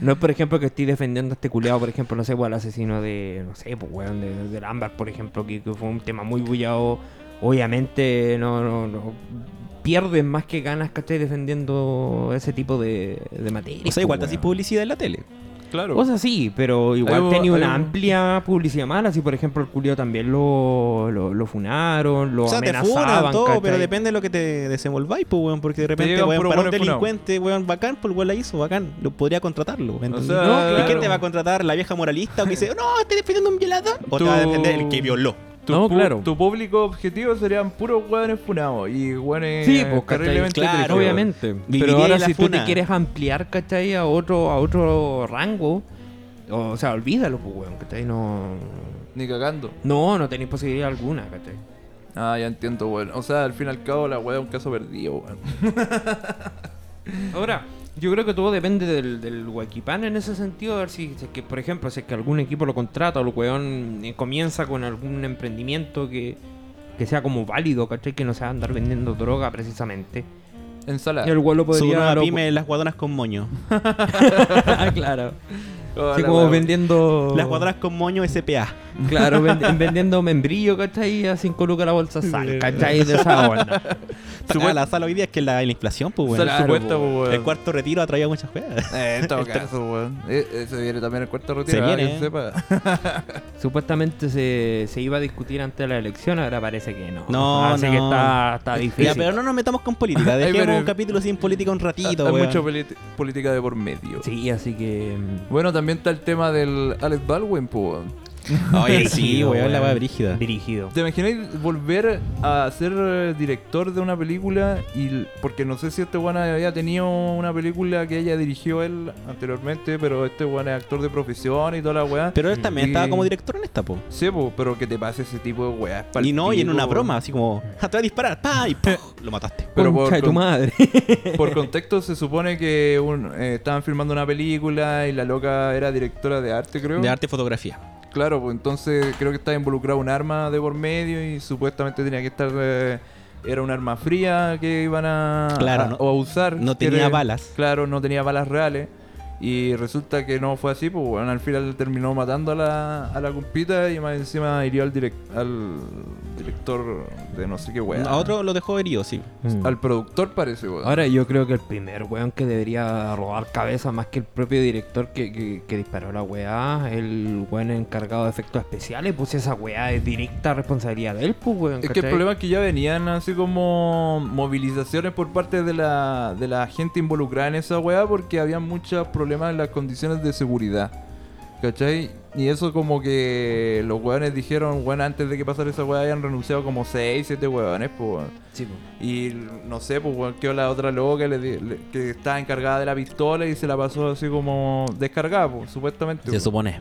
S3: no es por ejemplo que estés defendiendo a este culeado, por ejemplo, no sé, pues, al asesino de, no sé, pues, weón, de, del Ámbar, por ejemplo, que, que fue un tema muy bullado. Obviamente, no, no, no. Pierdes más que ganas, ¿cachai? Defendiendo ese tipo de, de materia. pues,
S4: o sea, igual te
S3: así
S4: haces publicidad en la tele.
S1: Claro.
S3: O sea, sí, pero
S1: Hay
S3: igual
S1: un-
S3: tenía
S1: hay
S3: una
S1: un-
S3: amplia publicidad mala. Así, por ejemplo, el Julio también lo, lo, lo funaron, lo
S4: O sea, te
S3: amenazaban.
S4: funan todo,
S3: ¿cachai?
S4: pero depende de lo que te desenvolváis, pues, weón. Porque de repente,
S1: llegan
S4: weón,
S1: puros
S4: para un
S1: buenos funados.
S4: delincuente, weón, bacán, pues, el weón la hizo, bacán. Lo podría contratarlo, ¿entendés?
S1: sea,
S4: ¿Y
S1: claro.
S4: quién te va a contratar? ¿La vieja moralista o que dice, no, estoy defendiendo a un violador? ¿O
S1: Tú-
S4: te va a defender el que violó?
S1: Tu
S3: No,
S1: pu-
S3: claro.
S1: Tu público objetivo serían puros hueones funados y hueones
S3: Sí, pues, ¿cachai?
S1: terriblemente
S4: Claro,
S1: trígidos.
S3: Obviamente.
S4: Viviría
S3: Pero ahora
S4: en la
S3: si tú te
S4: funa.
S3: quieres ampliar, ¿cachai? A otro, a otro rango, o sea, olvídalo, pues, weón, ¿cachai? No,
S1: Ni cagando.
S3: no, no tenéis posibilidad alguna, ¿cachai?
S1: Ah, ya entiendo, weón. O sea, al fin y al cabo la wea es un caso perdido, weón.
S3: Ahora, Yo creo que todo depende del, del Huaquipán en ese sentido. A ver si, si es que, por ejemplo, si es que algún equipo lo contrata o el weón eh, comienza con algún emprendimiento que, que sea como válido, ¿cachai? Que no sea andar vendiendo droga precisamente.
S1: [laughs] Ensalada.
S3: Y el weón lo
S4: Su
S3: podría.
S4: nueva
S3: lo- [laughs]
S4: Ah, pyme, [laughs] las guadonas con moño.
S3: Ah, claro.
S1: Oh,
S3: Así
S1: la
S3: como
S1: weá.
S3: vendiendo.
S4: Las guadonas con moño SPA.
S3: Claro, vend- [laughs] vendiendo membrillo, ¿cachai? A 5 lucas la bolsa sal, ¿cachai? De esa onda.
S4: Ah, la sala hoy día es que la, la inflación, pues,
S1: Sal
S4: weón.
S3: Claro,
S1: supuesta,
S3: po.
S1: po, weón.
S4: El cuarto retiro ha traído muchas cosas.
S1: Eh, en todo
S4: [laughs] el tercer-
S1: caso, weón. Eh, eh, se viene también el cuarto retiro.
S4: Se
S1: ah,
S4: viene,
S1: que
S4: eh.
S1: sepa.
S3: Supuestamente se, se iba a discutir antes de la elección, ahora parece que no.
S4: No,
S3: Así que
S4: no.
S3: está, está difícil.
S4: Ya, pero no nos metamos con política.
S1: Ay,
S4: Dejemos
S1: pero-
S4: un capítulo sin política un ratito,
S1: Hay
S4: weón.
S1: mucha politi- política de por medio.
S3: Sí, así que. mm,
S1: Bueno, también está el tema del Alex Baldwin, po, weón.
S3: [laughs]
S4: Oye, sí,
S3: brígido,
S4: weón, la
S3: weón.
S4: weá brígida.
S3: Brígido.
S1: ¿Te imagináis volver a ser eh, director de una película? y l- Porque no sé si este weón había tenido una película que ella dirigió él anteriormente, pero este weón es actor de profesión y toda la weá.
S4: Pero él también
S1: Y-
S4: estaba como director en esta, po.
S1: Sí, po, pero que te pase ese tipo de weá.
S4: Y no, y en una broma, así como, "Ja, te voy a disparar, pa, y ¡pum! lo mataste.
S1: Pero
S3: Concha
S1: por,
S3: de tu
S1: con-
S4: [laughs]
S3: madre.
S1: [laughs] por contexto, se supone que un- eh, estaban filmando una película y la loca era directora de arte, creo.
S4: De arte y fotografía.
S1: Claro, pues entonces creo que estaba involucrado un arma de por medio y supuestamente tenía que estar. eh, era un arma fría que iban a,
S4: Claro,
S1: a-
S4: no-
S1: o a usar.
S4: no
S1: que
S4: tenía balas.
S1: Claro, no tenía balas reales. Y resulta que no fue así, pues bueno, al final terminó matando a la, a la compita y más encima hirió al, direc- al director de no sé qué weá.
S4: A otro lo dejó herido, sí.
S1: Al productor parece, weón.
S3: Mm. Ahora yo creo que el primer weón que debería robar cabeza más que el propio director que, que- que disparó la weá, el weón encargado de efectos especiales, pues esa weá es directa responsabilidad de él, pues weón.
S1: Es que el
S3: ¿cachai?
S1: problema es que ya venían así como movilizaciones por parte de la, de la gente involucrada en esa weá porque había muchos problemas en las condiciones de seguridad. ¿Cachai? Y eso como que los weones dijeron, bueno, antes de que pasara esa weá hayan renunciado como 6, 7 weones, pues. weón.
S3: Sí, pues.
S1: Y no sé, pues weón, quedó la otra loca le di- le- que estaba encargada de la pistola y se la pasó así como descargada, pues, supuestamente.
S4: Se
S1: pues.
S4: supone.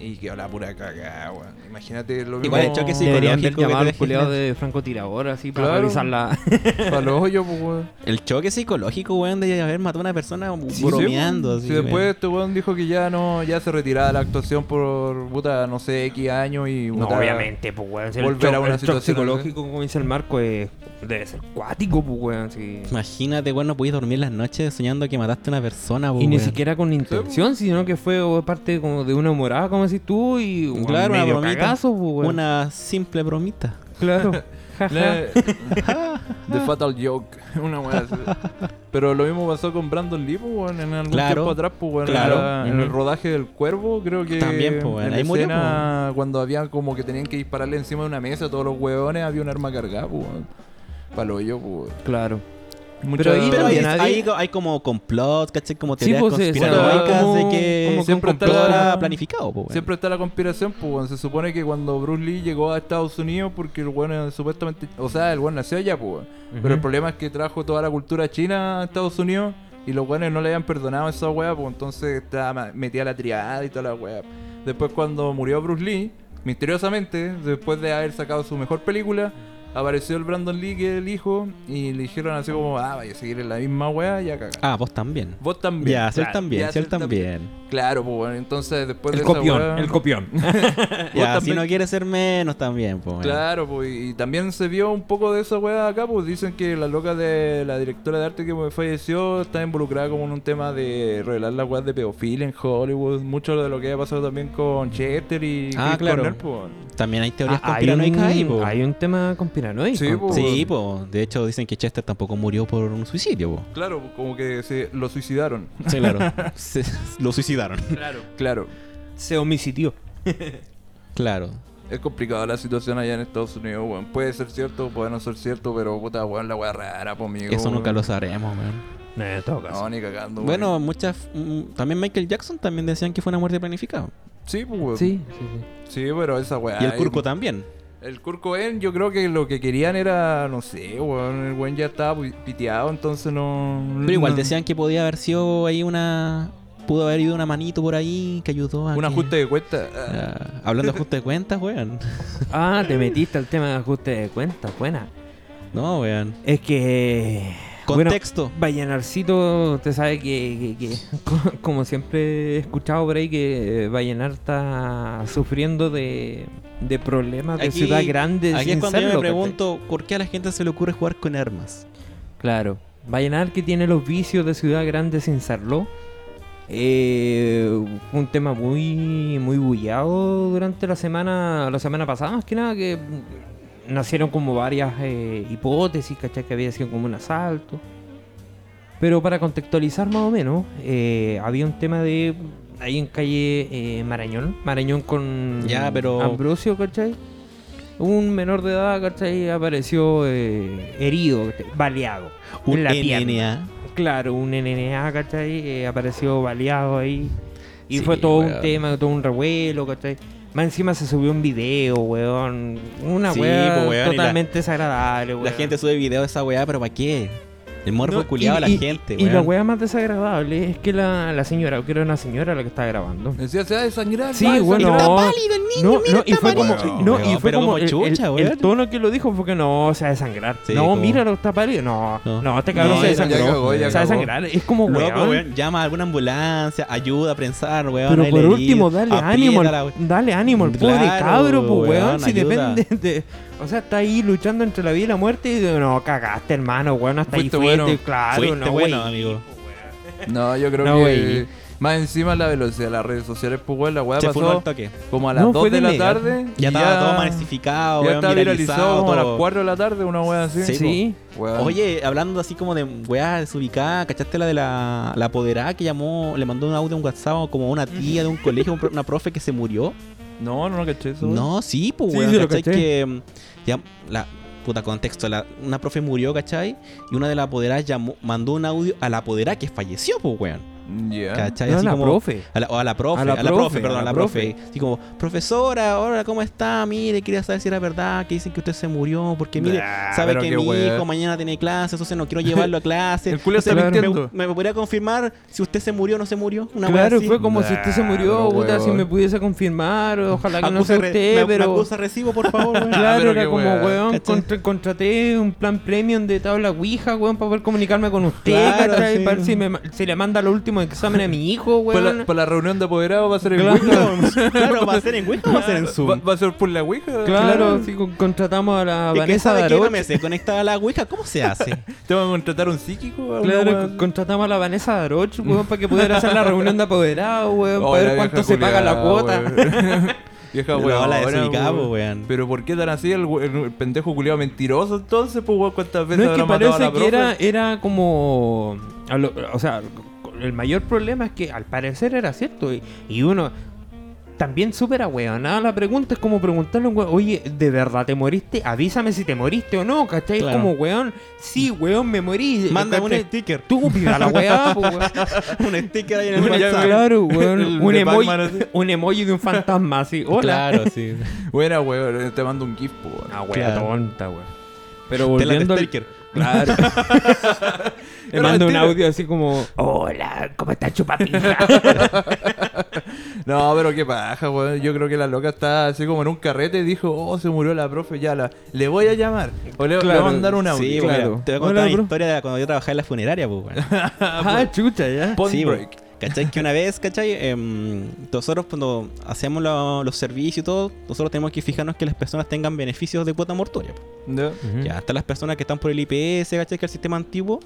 S1: Y quedó la pura cagada, weón. Imagínate lo mismo
S4: Igual hecho que sí,
S3: Deberían
S4: lógico que te
S3: llamar al
S4: dejes
S3: culiado
S4: net.
S3: de francotirador así para
S1: Claro.
S3: revisar la...
S1: para los hoyos, pues weón.
S4: El choque psicológico, weón, de haber matado a una persona
S1: Sí,
S4: bromeando.
S1: sí,
S4: así,
S1: sí, después
S4: weón.
S1: este weón dijo que ya no, ya se retiraba de la actuación por puta, no sé, X años y
S3: [laughs] [laughs] No,
S1: puta,
S3: obviamente, pues weón. si El
S1: volver a
S3: shock-
S1: una
S3: el shock
S1: situación
S3: psicológico, como dice el Marco, es, debe ser cuático, pues weón. sí.
S4: Imagínate, weón, no podías dormir las noches soñando que mataste a una persona,
S3: Y
S4: weón.
S3: ni siquiera con intención, sino que fue oh, parte como de una morada, como decís tú, y weón,
S4: Claro, una
S3: medio
S4: bromita.
S3: cagazo, pues, weón.
S4: Una simple bromita.
S3: [laughs] Claro.
S1: La- The Fatal Joke, [laughs] una weá así. Pero lo mismo pasó con Brandon Lee, pues, weón, en algún
S4: Claro,
S1: tiempo atrás, pues, weón, en
S4: claro.
S1: la- en el
S3: Ujú.
S1: rodaje del cuervo, creo que
S4: También, pues, weón,
S1: en la
S4: ahí murió, pues.
S1: escena cuando había como que tenían que dispararle encima de una mesa a todos los weones, había un arma cargada, pues, weón. Pa'l hoyo, pues, weón.
S3: claro.
S1: Mucha-
S3: ahí-
S4: Pero hay,
S3: También
S4: hay,
S3: nadie-
S4: hay como complot, ¿cachai? Como
S3: Sí,
S4: teorías
S3: pues, sí,
S4: conspiranoicas
S1: como-
S4: de que
S3: como
S4: siempre
S1: con
S4: todo
S1: complot.
S4: era planificado, pues, weón.
S1: Siempre está la conspiración, pues, weón. Se supone que cuando Bruce Lee llegó a Estados Unidos, porque el weón eh, supuestamente. O sea, el weón nació allá, pues, weón. Pero el problema es que trajo toda la cultura china a Estados Unidos y los weones no le habían perdonado a esa wea, pues, entonces estaba ma- metida la triada y toda la wea. Después, cuando murió Bruce Lee, misteriosamente, después de haber sacado su mejor película. Apareció el Brandon Lee, que es el hijo, y le dijeron así como, ah, vaya a seguir en la misma wea, ya cagá.
S4: Ah, vos también.
S1: Vos también.
S4: Ya, sí, él
S1: Claro,
S4: también,
S1: ya,
S4: sí, él
S1: sí, él
S4: también.
S1: Claro, pues, weón, entonces después
S3: El
S1: de esa
S3: copión,
S1: wea-
S3: el [laughs] copión. Eh,
S4: Ya, si
S1: también.
S4: no quiere ser menos también, pues. weón.
S1: Claro, pues, y también se vio un poco de esa weá acá, pues dicen que la loca de la directora de arte que falleció está involucrada como en un tema de revelar la weá de pedofilia en Hollywood, mucho de lo que ha pasado también con Chester y
S4: Ah,
S1: Chris
S4: claro.
S1: Cornell, pues.
S4: También hay teorías
S3: Ah, hay, un,
S4: conspiranoicas ahí, po.
S3: hay un tema conspiranoico.
S1: Sí, po.
S4: Sí, po. De hecho, dicen que Chester tampoco murió por un suicidio, po.
S1: Claro, pues, como que se lo suicidaron.
S4: [laughs] Sí, claro. Se- lo suicidaron.
S3: Claro.
S1: Claro.
S3: Se homicidió.
S4: Claro.
S1: Es complicada la situación allá en Estados Unidos, weón. Puede ser cierto, puede no ser cierto, pero puta weón, la weá rara, pues amigo.
S4: Eso nunca
S1: weón.
S4: lo sabremos, man.
S3: No, en todo caso.
S1: No, ni cagando, weón.
S4: Bueno, muchas. mm, También Michael Jackson también decían que fue una muerte planificada.
S1: Sí, pues weón.
S3: Sí, sí, sí.
S1: Sí, pero esa weá.
S4: Y el
S1: ahí-
S4: Curco también.
S1: El Kurt Cobain, yo creo que lo que querían era, no sé, weón, el weón ya estaba pi- piteado, entonces no...
S4: Pero igual
S3: Mm.
S1: no-
S4: decían que podía haber sido ahí una. Pudo haber ido una manito por ahí que ayudó a.
S1: Un
S4: que-
S1: ajuste de cuenta. Ah,
S4: [laughs] Ah, hablando de ajuste de cuentas, weón. [laughs]
S3: Ah, te metiste al tema de ajuste de cuentas. Buena.
S4: No, weón.
S3: Es que
S4: Contexto.
S3: Vallenarcito, usted sabe que, que- [laughs] que- co- como siempre he escuchado por ahí, que eh, Vallenar está sufriendo de, de problemas de ciudad grande.
S4: Aquí
S3: sin
S4: es cuando yo me
S3: serlo,
S4: pregunto por qué a la gente se le ocurre jugar con armas.
S3: ¿cachai? Claro, Vallenar que tiene los vicios de ciudad grande sin serlo. Eh, un tema muy muy bullado durante la semana la semana pasada más que nada que mm, nacieron como varias eh, hipótesis ¿cachai? que había sido como un asalto Pero para contextualizar más o menos, eh, había un tema de. Ahí en calle eh, Marañón. Marañón con
S4: Ya, pero-
S3: Ambrosio, ¿cachai? Un menor de edad, ¿cachai? Apareció eh, herido, ¿cachai? baleado. en
S4: Un
S3: la pierna.
S4: NNA.
S3: Claro, un NNA, ¿cachai? Eh, apareció baleado ahí. Y
S4: Sí,
S3: fue todo
S4: weón.
S3: un tema, todo un revuelo, ¿cachai? Más encima se subió un video, weón. Una
S4: Sí,
S3: weá
S4: pues, weón, y la-
S3: totalmente desagradable, weón.
S4: La gente sube videos de esa weá, pero ¿para qué? El morbo
S3: No,
S4: culiado a la
S3: y- y-
S4: gente,
S3: Y la
S4: weón.
S3: wea más desagradable es que la, la señora, que era una señora la que estaba grabando.
S1: Decía, se va a desangrar.
S3: Sí,
S1: va a
S3: bueno.
S1: desangrar.
S3: no, no, y fue como,
S1: pálido.
S3: no,
S4: Weón,
S3: y fue
S4: pero
S3: como
S4: como
S3: el,
S4: chucha,
S3: el- el
S4: weón.
S3: tono que lo dijo fue que no se va a desangrar.
S4: Sí,
S3: no,
S4: como-
S3: mira lo que está pálido. No,
S4: No.
S3: no, este cabrón
S4: No,
S3: se
S4: ya-
S3: desangró.
S1: ya cagó, ya
S3: se va a
S1: cagó.
S3: desangrar. Es como
S4: Loco,
S3: weón.
S4: pues, weón, llama a alguna ambulancia, ayuda a prensar, weón.
S3: Pero
S4: ahí
S3: por
S4: la
S3: último,
S4: herida,
S3: dale ánimo, al-
S4: apriétala, weón.
S3: dale ánimo al pobre
S4: Claro,
S3: cabro, pues weón,
S4: weón,
S3: si
S4: ayuda.
S3: depende de... O sea, está ahí luchando entre la vida y la muerte y de- no, cagaste hermano, weón, hasta
S1: Fuiste
S3: ahí fuiste,
S1: bueno.
S3: claro,
S4: Fuiste
S3: no,
S4: bueno,
S3: wey.
S4: amigo.
S1: No, yo creo
S3: No,
S1: que.
S3: güey.
S1: Más encima la velocidad de las redes sociales, pues, weón, la weá
S4: Se fue
S1: pasó
S4: al toque.
S1: como a las
S3: No,
S1: 2
S3: fue
S1: de
S3: de
S1: la
S3: inmediato.
S1: tarde. y
S4: Ya estaba todo manecificado,
S1: Ya
S4: weón,
S1: está viralizado como a las
S4: todo.
S1: 4 de la tarde, una weá así.
S4: Sí,
S3: Sí,
S1: Weón.
S4: Oye, hablando así como de weá desubicada, ¿cachaste la de la, la apoderada que llamó, le mandó un audio a un WhatsApp como a una tía de un colegio, un pro- una profe que se murió?
S1: No, no, no caché eso. weón.
S4: No, sí, pues
S3: Sí,
S4: weón,
S3: sí, lo
S4: ¿cachai?
S3: caché.
S4: Que mm, ya, la puta contexto, la- una profe murió, ¿cachai? Y una de las apoderadas llamó, mandó un audio a la apoderada que falleció, pues weón.
S1: Ya.
S4: ¿Cachai?
S3: no
S4: así
S3: la
S4: como,
S3: profe.
S4: A la, o a la profe, a la, profe, perdón, a la profe. Así como, profesora, hola, ¿cómo está? Mire, quería saber si era verdad que dicen que usted se murió, porque mire,
S1: Nah,
S4: sabe
S1: pero
S4: que
S1: qué
S4: mi
S1: weá.
S4: hijo mañana tiene clase, entonces no quiero llevarlo a clase.
S1: El culo está
S4: Entonces, me-
S1: mintiendo.
S4: Me, me podría confirmar si usted se murió o no se murió? Una weá
S3: Claro,
S4: así.
S3: fue como si usted se murió,
S1: Nah,
S3: puta,
S1: pero
S3: si me
S1: weón.
S3: pudiese confirmar, ojalá que no
S4: Acusa
S3: sea
S4: Ah, re-
S3: usted,
S4: me- me
S3: pero...
S4: acusa recibo, por favor. weón.
S1: Ah,
S3: Claro,
S1: pero
S3: era
S1: qué
S3: como,
S1: weón,
S3: weón,
S4: ¿cachai?
S3: contra- contraté un plan premium de tabla Ouija, weón, para poder comunicarme con usted,
S4: Claro,
S3: ¿cachai?
S4: sí.
S3: Para ver si, me ma- si le manda los últimos exámenes a mi hijo, weón.
S1: Para Pues la, para la reunión de apoderados va a ser el
S3: Claro.
S1: Ouija.
S4: [laughs] claro, ¿va a ser en Wii o va a ser en Zoom?
S1: Va, va a ser por la Ouija.
S3: Claro, sí, con- contratamos a la
S4: ¿Y qué
S3: Vanessa
S4: sabe que no
S3: Daroch.
S4: me se conecta a la Ouija? ¿Cómo se hace?
S1: ¿Te van a contratar un psíquico?
S3: Claro, con- contratamos a la Vanessa Daroch, weón, para que pudiera hacer la reunión de apoderados,
S1: [laughs] Oh,
S3: weón, para ver cuánto se paga la cuota. [laughs]
S1: cuota. vieja
S4: No,
S1: weón.
S4: la desubicada, pues, weón.
S1: Pero ¿por qué tan así el, we- el pendejo culiado mentiroso entonces? Pues, weón, ¿cuántas veces
S3: No es que
S1: habrá matado a
S3: parece
S1: la
S3: que
S1: profe?
S3: era, era como... a lo- o sea, el mayor problema es que al parecer era cierto. Y, y uno también súper ahueonada la pregunta. Es como preguntarle a un weón, oye, ¿de verdad te moriste? Avísame si te moriste o no, ¿cachai? Es
S4: Claro.
S3: como, weón, sí, weón, me morí.
S4: Manda un
S3: ¿cachai?
S4: sticker. [laughs]
S3: Tú, pida la
S1: [laughs]
S3: weá, pues, weón.
S4: Un sticker ahí en el
S1: Bueno, ya,
S4: WhatsApp.
S3: Claro, weón.
S1: El
S3: un,
S1: de
S3: emoji,
S1: Batman, así.
S3: un emoji de un fantasma así. Hola.
S4: Claro, sí.
S1: Buena, weón. Te mando un gif, pues, weón.
S3: Ah, weón,
S4: Claro.
S3: tonta, weón. Pero
S4: Tela de
S3: volviendo al...
S4: sticker.
S3: Claro. [laughs] Le
S1: Era
S3: mando un
S1: mentira.
S3: audio así como...
S5: Hola, ¿cómo está chupapija?
S1: No, pero qué paja, weón. Yo creo que la loca está así como en un carrete y dijo, oh, se murió la profe, ya la. Le voy a llamar. O le, le
S3: Claro,
S1: voy a mandar un audio.
S4: Sí,
S3: claro.
S4: weón. Te voy a contar
S3: Hola,
S4: una
S3: bro.
S4: historia de cuando yo trabajaba en la funeraria, pues, weón.
S3: Ah, chucha, ya.
S1: Pon
S4: Sí,
S1: break.
S4: ¿Cachai? Que una vez, ¿cachai? Em, nosotros cuando hacemos lo- los servicios y todo, nosotros tenemos que fijarnos que las personas tengan beneficios de cuota mortuoria. po.
S1: ¿No?
S3: Mm.
S4: Ya están las personas que están por el IPS, ¿cachai? Que es el sistema antiguo.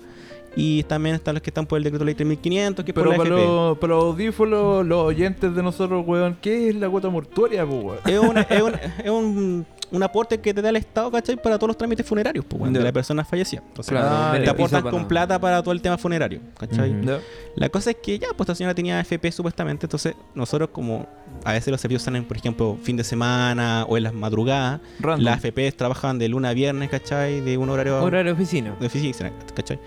S4: Y también están los que están por el decreto ley 3500, que es
S1: Pero
S4: por la
S1: para
S4: AFP.
S1: los, para los audífonos, los oyentes de nosotros, weón, ¿qué es la cuota mortuoria, po, weón?
S4: Es, una- es un- es un, un aporte que te da el Estado, ¿cachai? Para todos los trámites funerarios, pues, weón, de
S1: Ya.
S4: la persona fallecida. Entonces,
S1: Claro,
S3: un
S1: te
S4: te
S3: beneficio
S4: aportan
S3: para-
S4: con plata para todo el tema funerario, ¿cachai?
S3: Ujú.
S1: ¿No?
S4: La cosa es que ya, pues esta señora tenía FP supuestamente, entonces nosotros como a veces los servicios salen, por ejemplo, fin de semana o en las madrugadas,
S1: Random.
S4: las FP trabajan de lunes a viernes, ¿cachai? De un horario,
S3: Horario
S4: [laughs]
S3: oficina.
S4: de oficina, ¿cachai?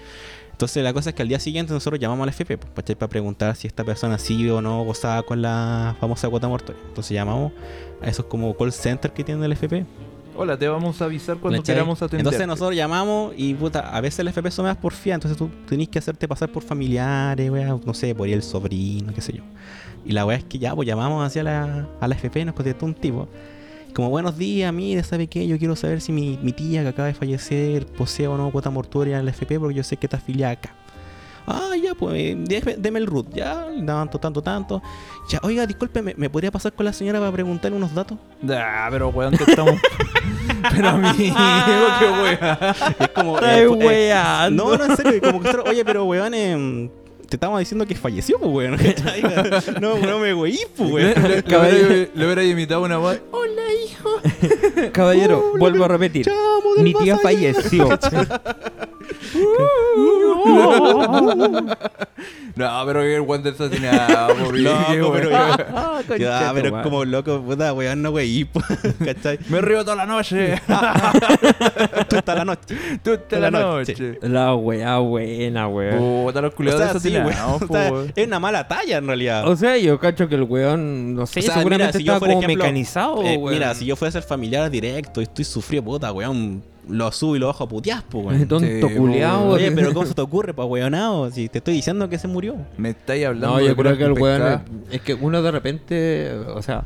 S4: Entonces la cosa es que al día siguiente nosotros llamamos a la FP, pues, ¿cachai? Para preguntar si esta persona sí o no gozaba con la famosa cuota mortuoria. Entonces llamamos a esos como call center que tiene el FP.
S1: Hola, te vamos a avisar cuando
S4: ¿Cachai?
S1: queramos atender.
S4: Entonces nosotros llamamos y puta, a veces el FP son más porfía, entonces tú tenés que hacerte pasar por familiares, weá, no sé, por el sobrino, qué sé yo. Y la weá es que ya, pues llamamos hacia la, a la FP y nos contestó un tipo. Como buenos días, mire, ¿sabe qué? Yo quiero saber si mi, mi tía que acaba de fallecer posee o no cuota mortuoria en el FP porque yo sé que está afiliada acá. Ah, ya, pues, eh, déjeme- deme el root, ya, tanto, tanto, tanto. Ya, oiga, disculpe, ¿me, me podría pasar con la señora para preguntar unos datos?
S1: Ah, pero weón, que
S4: [laughs]
S1: estamos. pero amigo, qué weón.
S4: Y es como.
S3: Ay,
S4: eh, pues, eh,
S3: weando.
S4: no, no, en serio. y Como que, nosotros, oye, pero weón, em, te estábamos diciendo que falleció, pues weón. ¿cachai?
S3: [laughs]
S4: no, no me weí, pues
S1: Le,
S4: weón.
S1: le- le hubiera- le hubiera imitado una voz.
S3: [laughs] Caballero, vuelvo a repetir.
S4: [laughs] Chamo del
S3: Mi tía
S4: más allá.
S3: falleció. [laughs] [laughs]
S1: No, pero el weón de esa tiene
S4: [laughs]
S1: algo, qué [laughs]
S4: Loco, pero
S1: weón.
S4: yo-
S3: Ah,
S4: Ya,
S3: conchete,
S4: pero es
S3: weón.
S4: como loco, puta, weón, no weí, pues, [laughs] ¿cachai?
S1: Me río toda la
S4: [laughs]
S1: noche.
S4: Tú estás la noche.
S1: Tú toda la noche.
S3: La weá buena, weón.
S1: Puta, los
S4: O
S1: culiados
S4: sea,
S1: de esa
S4: sí,
S1: tiene
S4: weón,
S1: algo,
S4: [laughs] o
S1: po,
S4: sea,
S1: weón.
S4: es una mala talla en realidad.
S3: O sea, yo cacho que el weón, no sé,
S4: O sea,
S3: seguramente
S4: yo,
S3: estaba
S4: por
S3: como
S4: ejemplo,
S3: mecanizado,
S4: eh,
S3: weón.
S4: Mira, si yo fuese el familiar directo y estoy sufrido, puta, weón, lo subo y lo bajo a putear,
S3: [laughs]
S4: pues, weón.
S3: Tonto
S1: Sí,
S3: culiao,
S1: weón.
S4: Oye, pero ¿cómo se te ocurre, pa' weonado? Si te estoy diciendo que se murió.
S1: Me estáis hablando.
S3: No,
S1: de
S3: yo creo
S1: puras
S3: que el
S1: pescadas.
S3: weón. Es que uno de repente. O sea,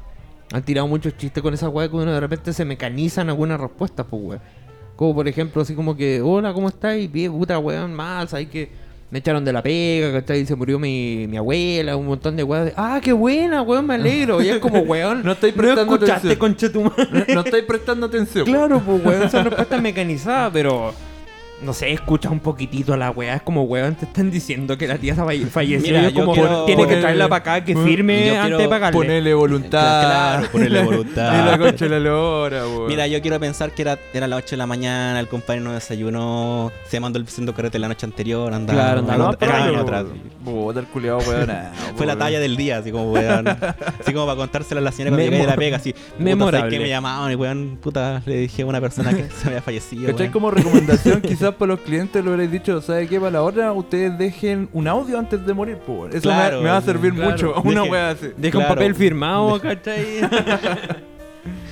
S3: han tirado muchos chistes con esa weá que uno de repente se mecanizan algunas respuestas, pues weón. Como por ejemplo, así como que, hola, ¿cómo estáis? Bien, puta weón, mal, ¿sabes que Me echaron de la pega, ¿cachai? Se murió mi, mi abuela, un montón de weas. de, Ah, qué buena, weón, me alegro. Y es
S1: [laughs]
S3: como, weón,
S1: No estáis prestando
S3: escuchaste,
S1: atención.
S3: conchetumadre.
S1: No, no estáis prestando
S4: [laughs]
S1: atención.
S3: Claro, pues, weón, son respuestas mecanizadas, pero. No sé, escucha un poquitito a la weá. Es como, weón, te están diciendo que la tía se falle- falleció.
S4: Mira,
S3: y es
S4: yo
S3: como,
S4: quiero-
S3: tiene que
S1: poner-
S3: traerla para acá, que
S1: Yo
S3: firme
S4: quiero
S3: antes de pagarle.
S1: Ponerle voluntad.
S4: Claro, ponerle
S1: [laughs]
S4: voluntad.
S1: Y la concha de la lora, weón.
S4: Mira, yo quiero pensar que era, era las 8 de la mañana, el compadre no desayunó, se mandó el siendo carrete la noche anterior, andaba,
S3: Claro, andaba
S4: andaba
S3: más
S4: era
S3: año
S1: año
S4: año
S3: borracho.
S4: atrás.
S1: Puta, el culiado, weón. ah,
S4: [laughs] Fue la
S1: weón.
S4: talla del día, así
S3: [laughs]
S4: como weón. así como para contárselo a la señora cuando
S3: Memo-
S4: llegué de la pega, así. puta, ¿sabes
S3: Memorable.
S4: qué me llamaban y weón, puta, le dije a una persona que se había fallecido.
S1: ¿Cachai?
S4: weón.
S1: Como
S4: [laughs]
S1: recomendación, quizás para los clientes lo hubierais dicho, ¿sabe qué? Para la hora, ustedes dejen un audio antes de morir, po. Eso me-
S4: Claro,
S1: me, va a servir
S3: claro.
S1: mucho. Una
S4: Dejen-
S1: wea así.
S3: Deja
S4: Claro.
S3: un papel
S4: [laughs]
S3: firmado, ¿cachai?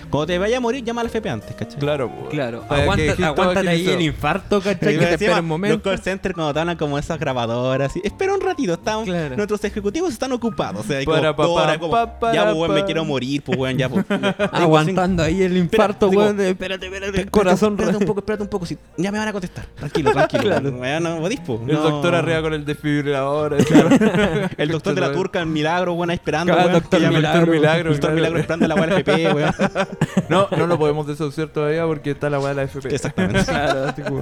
S4: Cuando te vaya a morir, llama al FP antes, ¿cachai?
S1: Claro, po.
S3: claro,
S1: Para que
S3: [laughs] aguanta,
S1: dijiste
S3: aguántate ahí
S1: agilizado.
S3: el infarto, ¿cachai?
S4: Y
S3: Que te
S4: encima,
S3: espera un
S4: Los
S3: momento.
S4: call center cuando te hablan como esas grabadoras, así, espera un ratito, están,
S3: Claro.
S4: nuestros ejecutivos están ocupados. O sea, hay
S1: Para,
S4: como,
S1: pa,
S4: toda
S1: pa,
S4: la- como,
S1: pa, para,
S4: ya, pues, weón, me
S1: pa.
S4: quiero morir, pues, weón, ya,
S3: [laughs]
S4: pues.
S3: Aguantando ahí el infarto,
S4: digo,
S3: weón. de, Espérate, espérate,
S4: Espérate,
S3: el corazón.
S4: espérate un poco, espérate un poco, si ya me van a contestar.
S3: [laughs]
S4: Tranquilo, tranquilo. Weón, no, podís, po.
S1: El
S4: No.
S1: doctor arriba con el desfibrilador. [laughs]
S4: El doctor de la turca, el milagro, weón, ahí esperando.
S3: Claro,
S4: weón,
S3: doctor
S4: que llame el
S3: Milagro.
S4: El
S1: claro.
S4: doctor milagro esperando la weón
S3: [laughs]
S4: FP, weón.
S1: No, no lo podemos desahuciar todavía porque está la wea de la FP.
S4: Exactamente. [laughs]
S3: Claro, así como,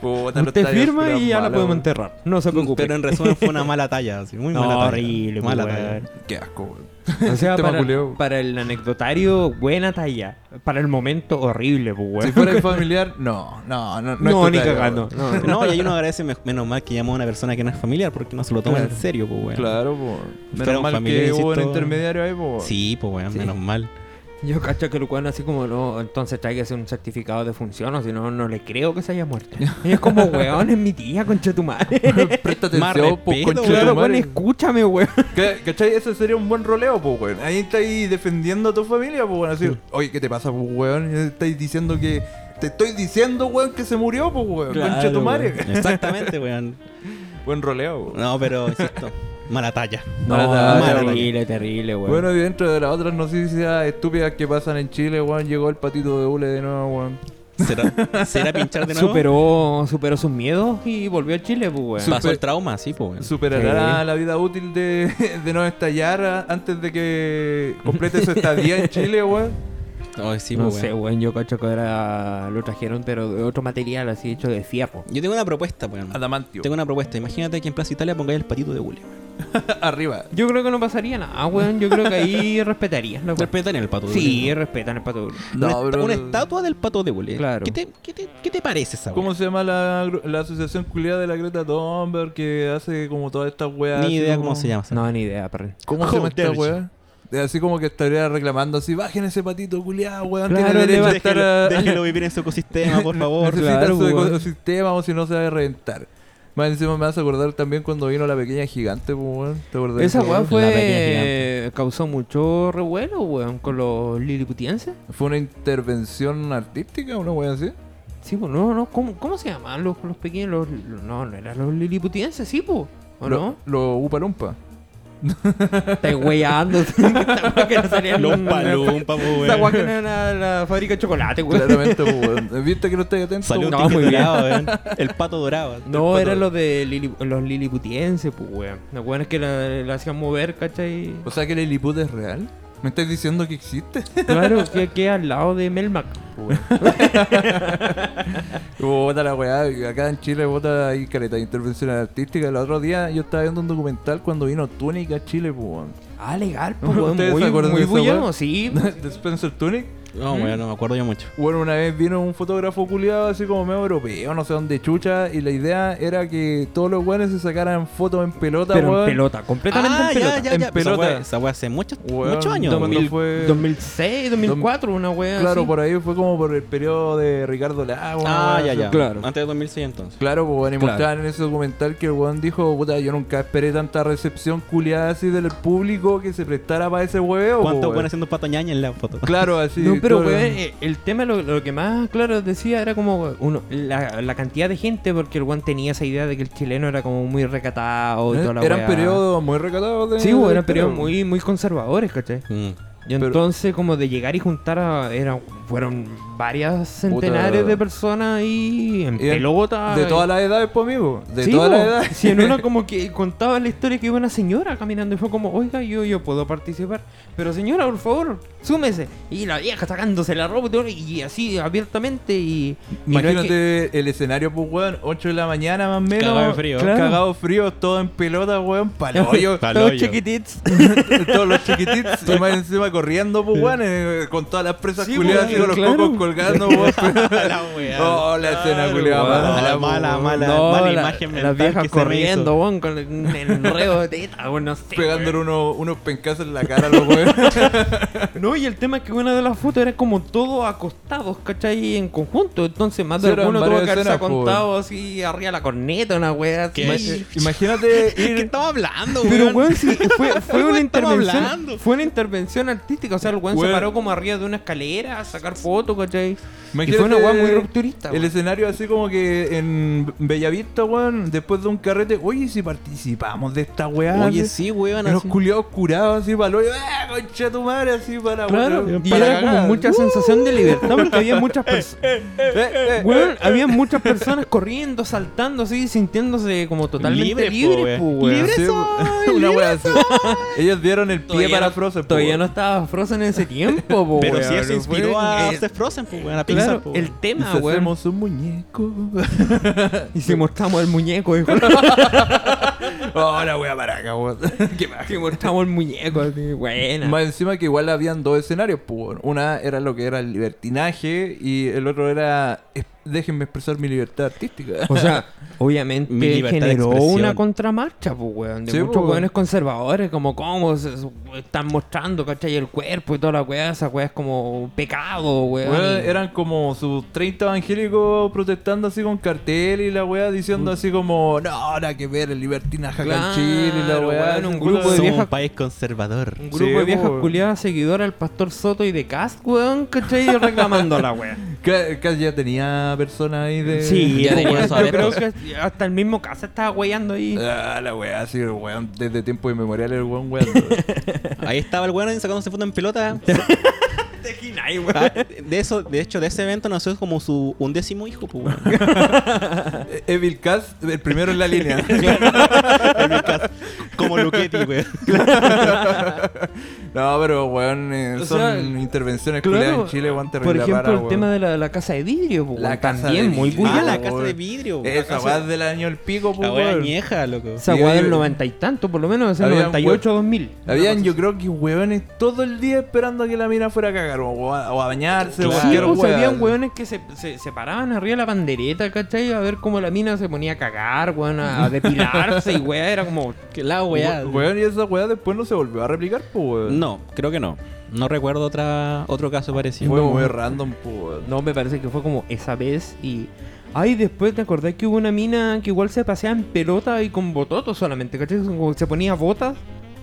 S1: Puta, los
S3: Usted
S1: tallos
S3: firma
S1: culiados
S3: y ya la
S1: malos,
S3: podemos
S1: weón.
S3: enterrar. No se preocupe.
S4: Pero en resumen fue una mala talla, así, muy mala
S3: no,
S4: talla.
S3: horrible,
S4: mala
S3: weón.
S4: talla.
S1: Qué asco, weón. [laughs]
S3: O sea,
S1: Tema
S3: para,
S1: culeo.
S3: para el anecdotario, buena talla. Para el momento, horrible, pues, weón.
S1: Si fuera el familiar, no, no, no.
S3: [laughs] no,
S1: es
S3: ni
S1: total,
S3: cagando.
S1: weón.
S3: No, no.
S4: No, y ahí uno agradece me- menos mal que llamó a una persona que no es familiar porque no se lo toma
S1: Claro.
S4: en serio, pues, weón.
S1: Claro, po.
S4: Fuera
S1: Menos
S4: un
S1: mal
S4: familiar,
S1: que hubo un
S4: insisto.
S1: intermediario ahí, po.
S4: Sí, pues, weón,
S3: Sí.
S4: menos mal.
S3: Yo cacho que el weón así como, no, entonces tráigase un certificado de función o si no, no le creo que se haya muerto. Y es como, weón, es mi tía, concha tu madre.
S1: [laughs] Presta [laughs]
S4: Más
S1: atención, po,
S4: respeto,
S1: concha de
S3: claro,
S1: tu
S3: weón,
S1: madre.
S3: escúchame, [laughs] weón.
S1: ¿Ca- ¿Cachai? Ese sería un buen roleo, pues, weón. Ahí estáis defendiendo a tu familia, pues, weón. Así, oye, ¿qué te pasa, pues, weón? Estáis diciendo que. Te estoy diciendo, weón, que se murió, pues, weón. Concha tu madre.
S4: Exactamente, weón.
S1: [laughs] Buen roleo, weón.
S4: No, pero insisto, mala talla.
S1: No,
S4: mala
S3: terrible, terrible, weón.
S1: Bueno, y dentro de las otras noticias estúpidas que pasan en Chile, weón, llegó el patito de hule de nuevo, weón.
S4: ¿Será, será pinchar de nuevo?
S3: superó, superó sus miedos y volvió a Chile, pues, weón.
S4: Pasó
S1: Super-
S4: el trauma, sí, pues, weón.
S1: Superará
S3: Sí.
S1: la vida útil de, [laughs] de no estallar a- antes de que complete su estadía en
S4: [laughs]
S1: Chile, weón.
S4: Ay, sí,
S3: no
S4: pues,
S3: sé,
S4: weón.
S3: weón, yo cacho que ahora lo trajeron, pero de otro material así hecho de fierro.
S4: Yo tengo una propuesta, weón.
S1: Adamantio.
S4: Tengo una propuesta. Imagínate que en Plaza Italia pongáis el patito de Julio.
S1: Arriba.
S3: Yo creo que no pasaría nada, weón. Yo creo que
S4: [laughs]
S3: ahí respetarían la weá.
S4: Respetan el pato de
S3: Sí,
S4: Julio.
S3: respetan el pato.
S4: Una,
S1: No,
S4: est-
S1: pero-
S4: una estatua del pato de Julio.
S3: Claro.
S4: ¿Qué te, qué te, qué te parece esa
S1: ¿Cómo
S4: weón?
S1: se llama la, gru- la asociación culiada de la Greta Thunberg que hace como todas estas weas?
S4: Ni
S1: así
S4: idea
S1: como-
S4: cómo se llama. esa
S3: No, ni idea, perro.
S1: ¿Cómo se llama esta
S4: Joder.
S1: wea? De Así como que estaría reclamando así, bajen ese patito culiado, weón.
S3: Claro,
S1: tiene derecho a
S3: déjelo-
S1: estar... a-
S4: [laughs]
S1: [laughs]
S4: Déjelo vivir en su ecosistema, por favor. [laughs]
S1: Necesita
S3: claro,
S1: su
S3: weón.
S1: ecosistema o si no se va a reventar. Más encima me vas a acordar también cuando vino la pequeña gigante, pues, weón. ¿Te acordás?
S3: Esa
S1: weón?
S3: weá
S4: La pequeña gigante.
S3: fue. causó mucho revuelo, weón, con los liliputienses.
S1: ¿Fue una intervención artística una weá así?
S3: Sí, pues, no, no, ¿cómo, cómo se llamaban los, los pequeños? Los, los- no, no eran los liliputienses, sí, pues. ¿O
S1: Lo-
S3: no?
S1: Lo Upa Lumpa.
S3: Estás weyando. [laughs] Esta weá que no salía en
S4: Los
S3: una-
S4: palumpas, pues,
S3: Esta weá
S4: weón.
S3: que no era la fábrica de chocolate, weón.
S1: Claramente, pues, [laughs] weón. ¿Viste que no estáis atentos?
S4: Salió un
S3: No,
S4: ticket
S3: muy bien.
S4: dorado, weón. El pato dorado.
S3: No, eran los
S4: los
S3: de Lili- los liliputienses, pues, weón. Los weones que la, la hacían mover, ¿cachai?
S1: O sea que el Lilliput es real. ¿Me estáis diciendo que existe? [laughs]
S3: Claro, que queda al lado de Melmac, pues, weón.
S1: Como bota la weá, acá en Chile bota ahí caleta de intervenciones artísticas. El otro día yo estaba viendo un documental cuando vino Túnica a Chile, pues, weón.
S3: Ah, legal, pues,
S1: [laughs]
S3: weón.
S1: ¿Ustedes se
S3: Muy,
S1: acuerdan
S3: muy
S1: de esa
S3: bullano,
S1: weá?
S3: sí.
S1: [laughs] de Spencer Tunic.
S4: No, weón, no me acuerdo yo mucho.
S1: Bueno, una vez vino un fotógrafo culiado así como medio europeo, no sé dónde chucha, y la idea era que todos los weones se sacaran fotos en pelota,
S3: Pero en
S1: weón.
S3: pelota, completamente
S4: Ah,
S3: en pelota.
S1: En
S4: Esa
S1: pelota.
S4: weá- Esa weá hace muchos
S1: Weón,
S4: muchos años.
S1: dos mil-
S4: weón.
S1: cuando fue-
S3: 2006, 2004, una wea
S1: Eh, Claro,
S3: así.
S1: por ahí fue como por el periodo de Ricardo Lago. una
S4: Ah,
S1: weá
S4: ya,
S1: así.
S4: ya.
S3: Claro.
S4: Antes de 2006 entonces.
S1: Claro, pues bueno, y
S3: Claro.
S1: mostraban en ese documental que el weón dijo, puta, yo nunca esperé tanta recepción culiada así del público que se prestara para ese hueveo.
S4: ¿Cuántos
S1: po, weón.
S4: weón haciendo pato ñaña en la foto?
S1: Claro, así.
S3: no, pero
S1: todo-
S3: weón, eh, el tema lo, lo que más claro decía era como uno, la, la cantidad de gente, porque el weón tenía esa idea de que el chileno era como muy recatado y
S1: Eh,
S3: toda la
S1: Eran
S3: wea.
S1: periodos muy recatados. de-
S3: Sí, weón, eran
S1: de-
S3: periodos muy, muy conservadores, ¿cachai?
S4: Mm.
S3: Y
S1: Pero-
S3: entonces como de llegar y juntar a, eran, fueron varias centenares de personas ahí en
S1: Y en-
S3: pelota.
S1: De
S3: y-
S1: todas las edades, pues, amigo. De
S3: Sí,
S1: todas
S3: po.
S1: las edades.
S3: Si en
S1: [laughs]
S3: una como que contaba la historia que iba una señora caminando y fue como, oiga, yo, yo puedo participar. Pero señora, por favor, súmese. Y la vieja sacándose la ropa y todo, y así abiertamente y... y no es que-
S1: Imagínate el escenario, pues, weón, 8 de la mañana más o menos.
S4: Cagado de frío.
S1: Claro. Cagado frío, todo en pelota, weón,
S3: [laughs]
S1: palo.
S4: [laughs]
S1: hoyo.
S3: Todos
S4: Paloyo.
S3: chiquitits.
S1: [laughs] todos los chiquititos y más encima corriendo, pues, weón, eh, con todas las presas
S3: Sí,
S1: culiadas y
S3: weón,
S1: con los
S3: claro.
S1: cocos colgando,
S3: [laughs]
S1: weón.
S4: la wea.
S1: Oh, la escena
S4: Claro,
S1: culiada
S4: weón.
S1: mala,
S4: Mala,
S1: weón.
S4: mala,
S3: No,
S4: mala
S3: la-
S4: imagen mental.
S3: Las viejas
S4: que se me
S3: corriendo,
S4: hizo.
S3: weón, con un enredo de teta, weón, no sé,
S1: Pegándole uno- unos pencazos en la cara a los weones.
S3: No, y el tema es que una de las fotos era como todos acostados, ¿cachai? En conjunto. Entonces, más
S1: Sí,
S3: de
S1: eran
S3: alguno tuvo
S1: varias
S3: que haberse
S1: escenas, pues. po.
S3: contado así arriba de la corneta, una wea así.
S4: ¿Qué?
S3: Sí.
S4: [laughs]
S1: Imagínate
S4: ¿Qué
S1: ir.
S4: estamos hablando, weón?
S3: Pero, weón, sí, fue, fue una
S4: Estamos
S3: intervención.
S4: hablando.
S3: Fue una intervención artística. O sea, el weón
S1: Weón.
S3: se paró como arriba de una escalera a sacar fotos, ¿cachai? [laughs] Y
S1: Imagínate
S3: fue una weá muy rupturista.
S1: El
S3: weón.
S1: escenario así como que en Bellavista, weón, después de un carrete, oye, si participamos de esta weá.
S4: Oye,
S1: así,
S4: sí, weón.
S1: y los
S4: así.
S1: culiados curados así para el hoyo, ¡ah, concha tu madre! Así para
S3: Claro,
S1: para
S3: y era como
S1: cagar.
S4: Uh.
S3: mucha sensación de libertad porque había muchas personas.
S1: [laughs] Eh, eh,
S3: Weón, había muchas personas corriendo, saltando así, sintiéndose como totalmente
S4: Libre, po,
S3: libres, po,
S4: weón.
S3: weón.
S1: Sí, [laughs] una wea así. Ellos dieron el pie
S3: Todavía
S1: para
S3: no-
S1: Frozen. po,
S3: Todavía
S1: weón.
S3: no estaba Frozen en ese tiempo, po,
S4: Pero
S3: weón.
S4: si eso
S3: Fue-
S4: inspiró a
S3: eh,
S4: Seth Frozen, pues, weón, a Pixar,
S3: Claro,
S4: pues, weón.
S3: el
S1: Y
S3: tema,
S1: si
S3: weón.
S1: hacemos un
S3: [laughs]
S1: muñeco.
S3: Y si mostramos el
S1: [laughs]
S3: muñeco, hijo.
S1: oh, la wea baraca, weón. Qué baja.
S3: si mostramos el muñeco, así,
S1: [laughs]
S3: buena.
S1: Más encima que igual habían dos escenarios, po, weón. Una era lo que era el libertinaje y el otro era "Es- déjenme expresar mi libertad
S3: [laughs]
S1: artística.
S3: O sea, obviamente
S4: Mi libertad de
S3: generó
S4: expresión.
S3: una contramarcha, pues, weón. De
S1: Sí,
S3: muchos
S1: pues, weón.
S3: weones conservadores, como cómo se- se- están mostrando, ¿cachai? El cuerpo y toda la weá, esa weá es como pecado, weón.
S1: Weón,
S3: y-
S1: eran como sus 30 evangélicos protestando así con cartel y la weá diciendo así como, no, nada que ver el libertinaje acá en
S3: Claro,
S1: Chile y la weá.
S3: weón, un
S1: así,
S3: grupo
S1: puta,
S3: de
S4: Somos
S3: vieja-
S4: un país conservador.
S3: Un
S1: Sí,
S3: grupo de viejas
S1: po.
S3: culiadas seguidoras del pastor Soto y de Cast, weón, ¿cachai? Y reclamando la weá.
S1: Ca- ca- ya tenía personas ahí de...
S3: Sí,
S4: [laughs] Ya
S3: po,
S4: tenía
S3: weón.
S4: esos
S3: yo creo
S4: adeptos.
S3: que hasta el mismo Casa estaba weyando ahí.
S1: Ah, la weá, sí, el weón, desde tiempo inmemorial el weón,
S3: [laughs]
S1: weón.
S4: Ahí estaba el weón sacándose foto en pelota.
S3: Te imagináis,
S4: Ah, De eso, de hecho, de ese evento nació como su undécimo hijo, pues, weón.
S1: Evil Cass, el primero en la
S3: [laughs]
S1: línea.
S4: En mi caso, Como Luchetti, [laughs] weón.
S1: no, pero weón, eh,
S3: O
S1: son
S3: sea,
S1: intervenciones
S3: claro,
S1: culiadas en Chile, weón,
S3: Por
S1: terrible
S3: ejemplo,
S1: para,
S3: el
S1: weón.
S3: tema de la, la casa de vidrio, po,
S1: La
S3: weón,
S1: casa
S3: también,
S1: de
S3: muy
S1: vidrio.
S4: Ah,
S3: culiada.
S4: la
S1: weón.
S4: casa de vidrio. weón.
S1: Esa
S4: La
S1: weá
S4: casa-
S1: del año el pico, po,
S4: La weá
S1: weón.
S4: añeja, loco.
S3: Esa
S1: Sí,
S3: weá del
S1: había-
S3: noventa y tanto, por lo menos, ese
S1: Habían
S3: 98 2000.
S1: Habían, yo creo que hueones todo el día esperando a que la mina fuera a cagar o a, o a bañarse
S4: Claro.
S1: o a
S3: Sí,
S1: cualquier
S3: pues,
S1: hueá.
S3: habían weones que se, se, se paraban arriba de la bandereta, ¿cachai? A ver cómo la mina se ponía a cagar, weón, a, a depilarse y weá, era como...
S4: Que la weá.
S1: Hue- Hueón, y esa hueá después no se volvió a replicar, po, weón.
S4: No, creo que no. No recuerdo otra, otro caso parecido.
S1: Fue
S3: No.
S1: muy random, po, weón.
S3: No, me parece que fue como esa vez y... Ay, después te acordás que hubo una mina que igual se paseaba en pelota y con bototos solamente, ¿cachai? Como Se ponía botas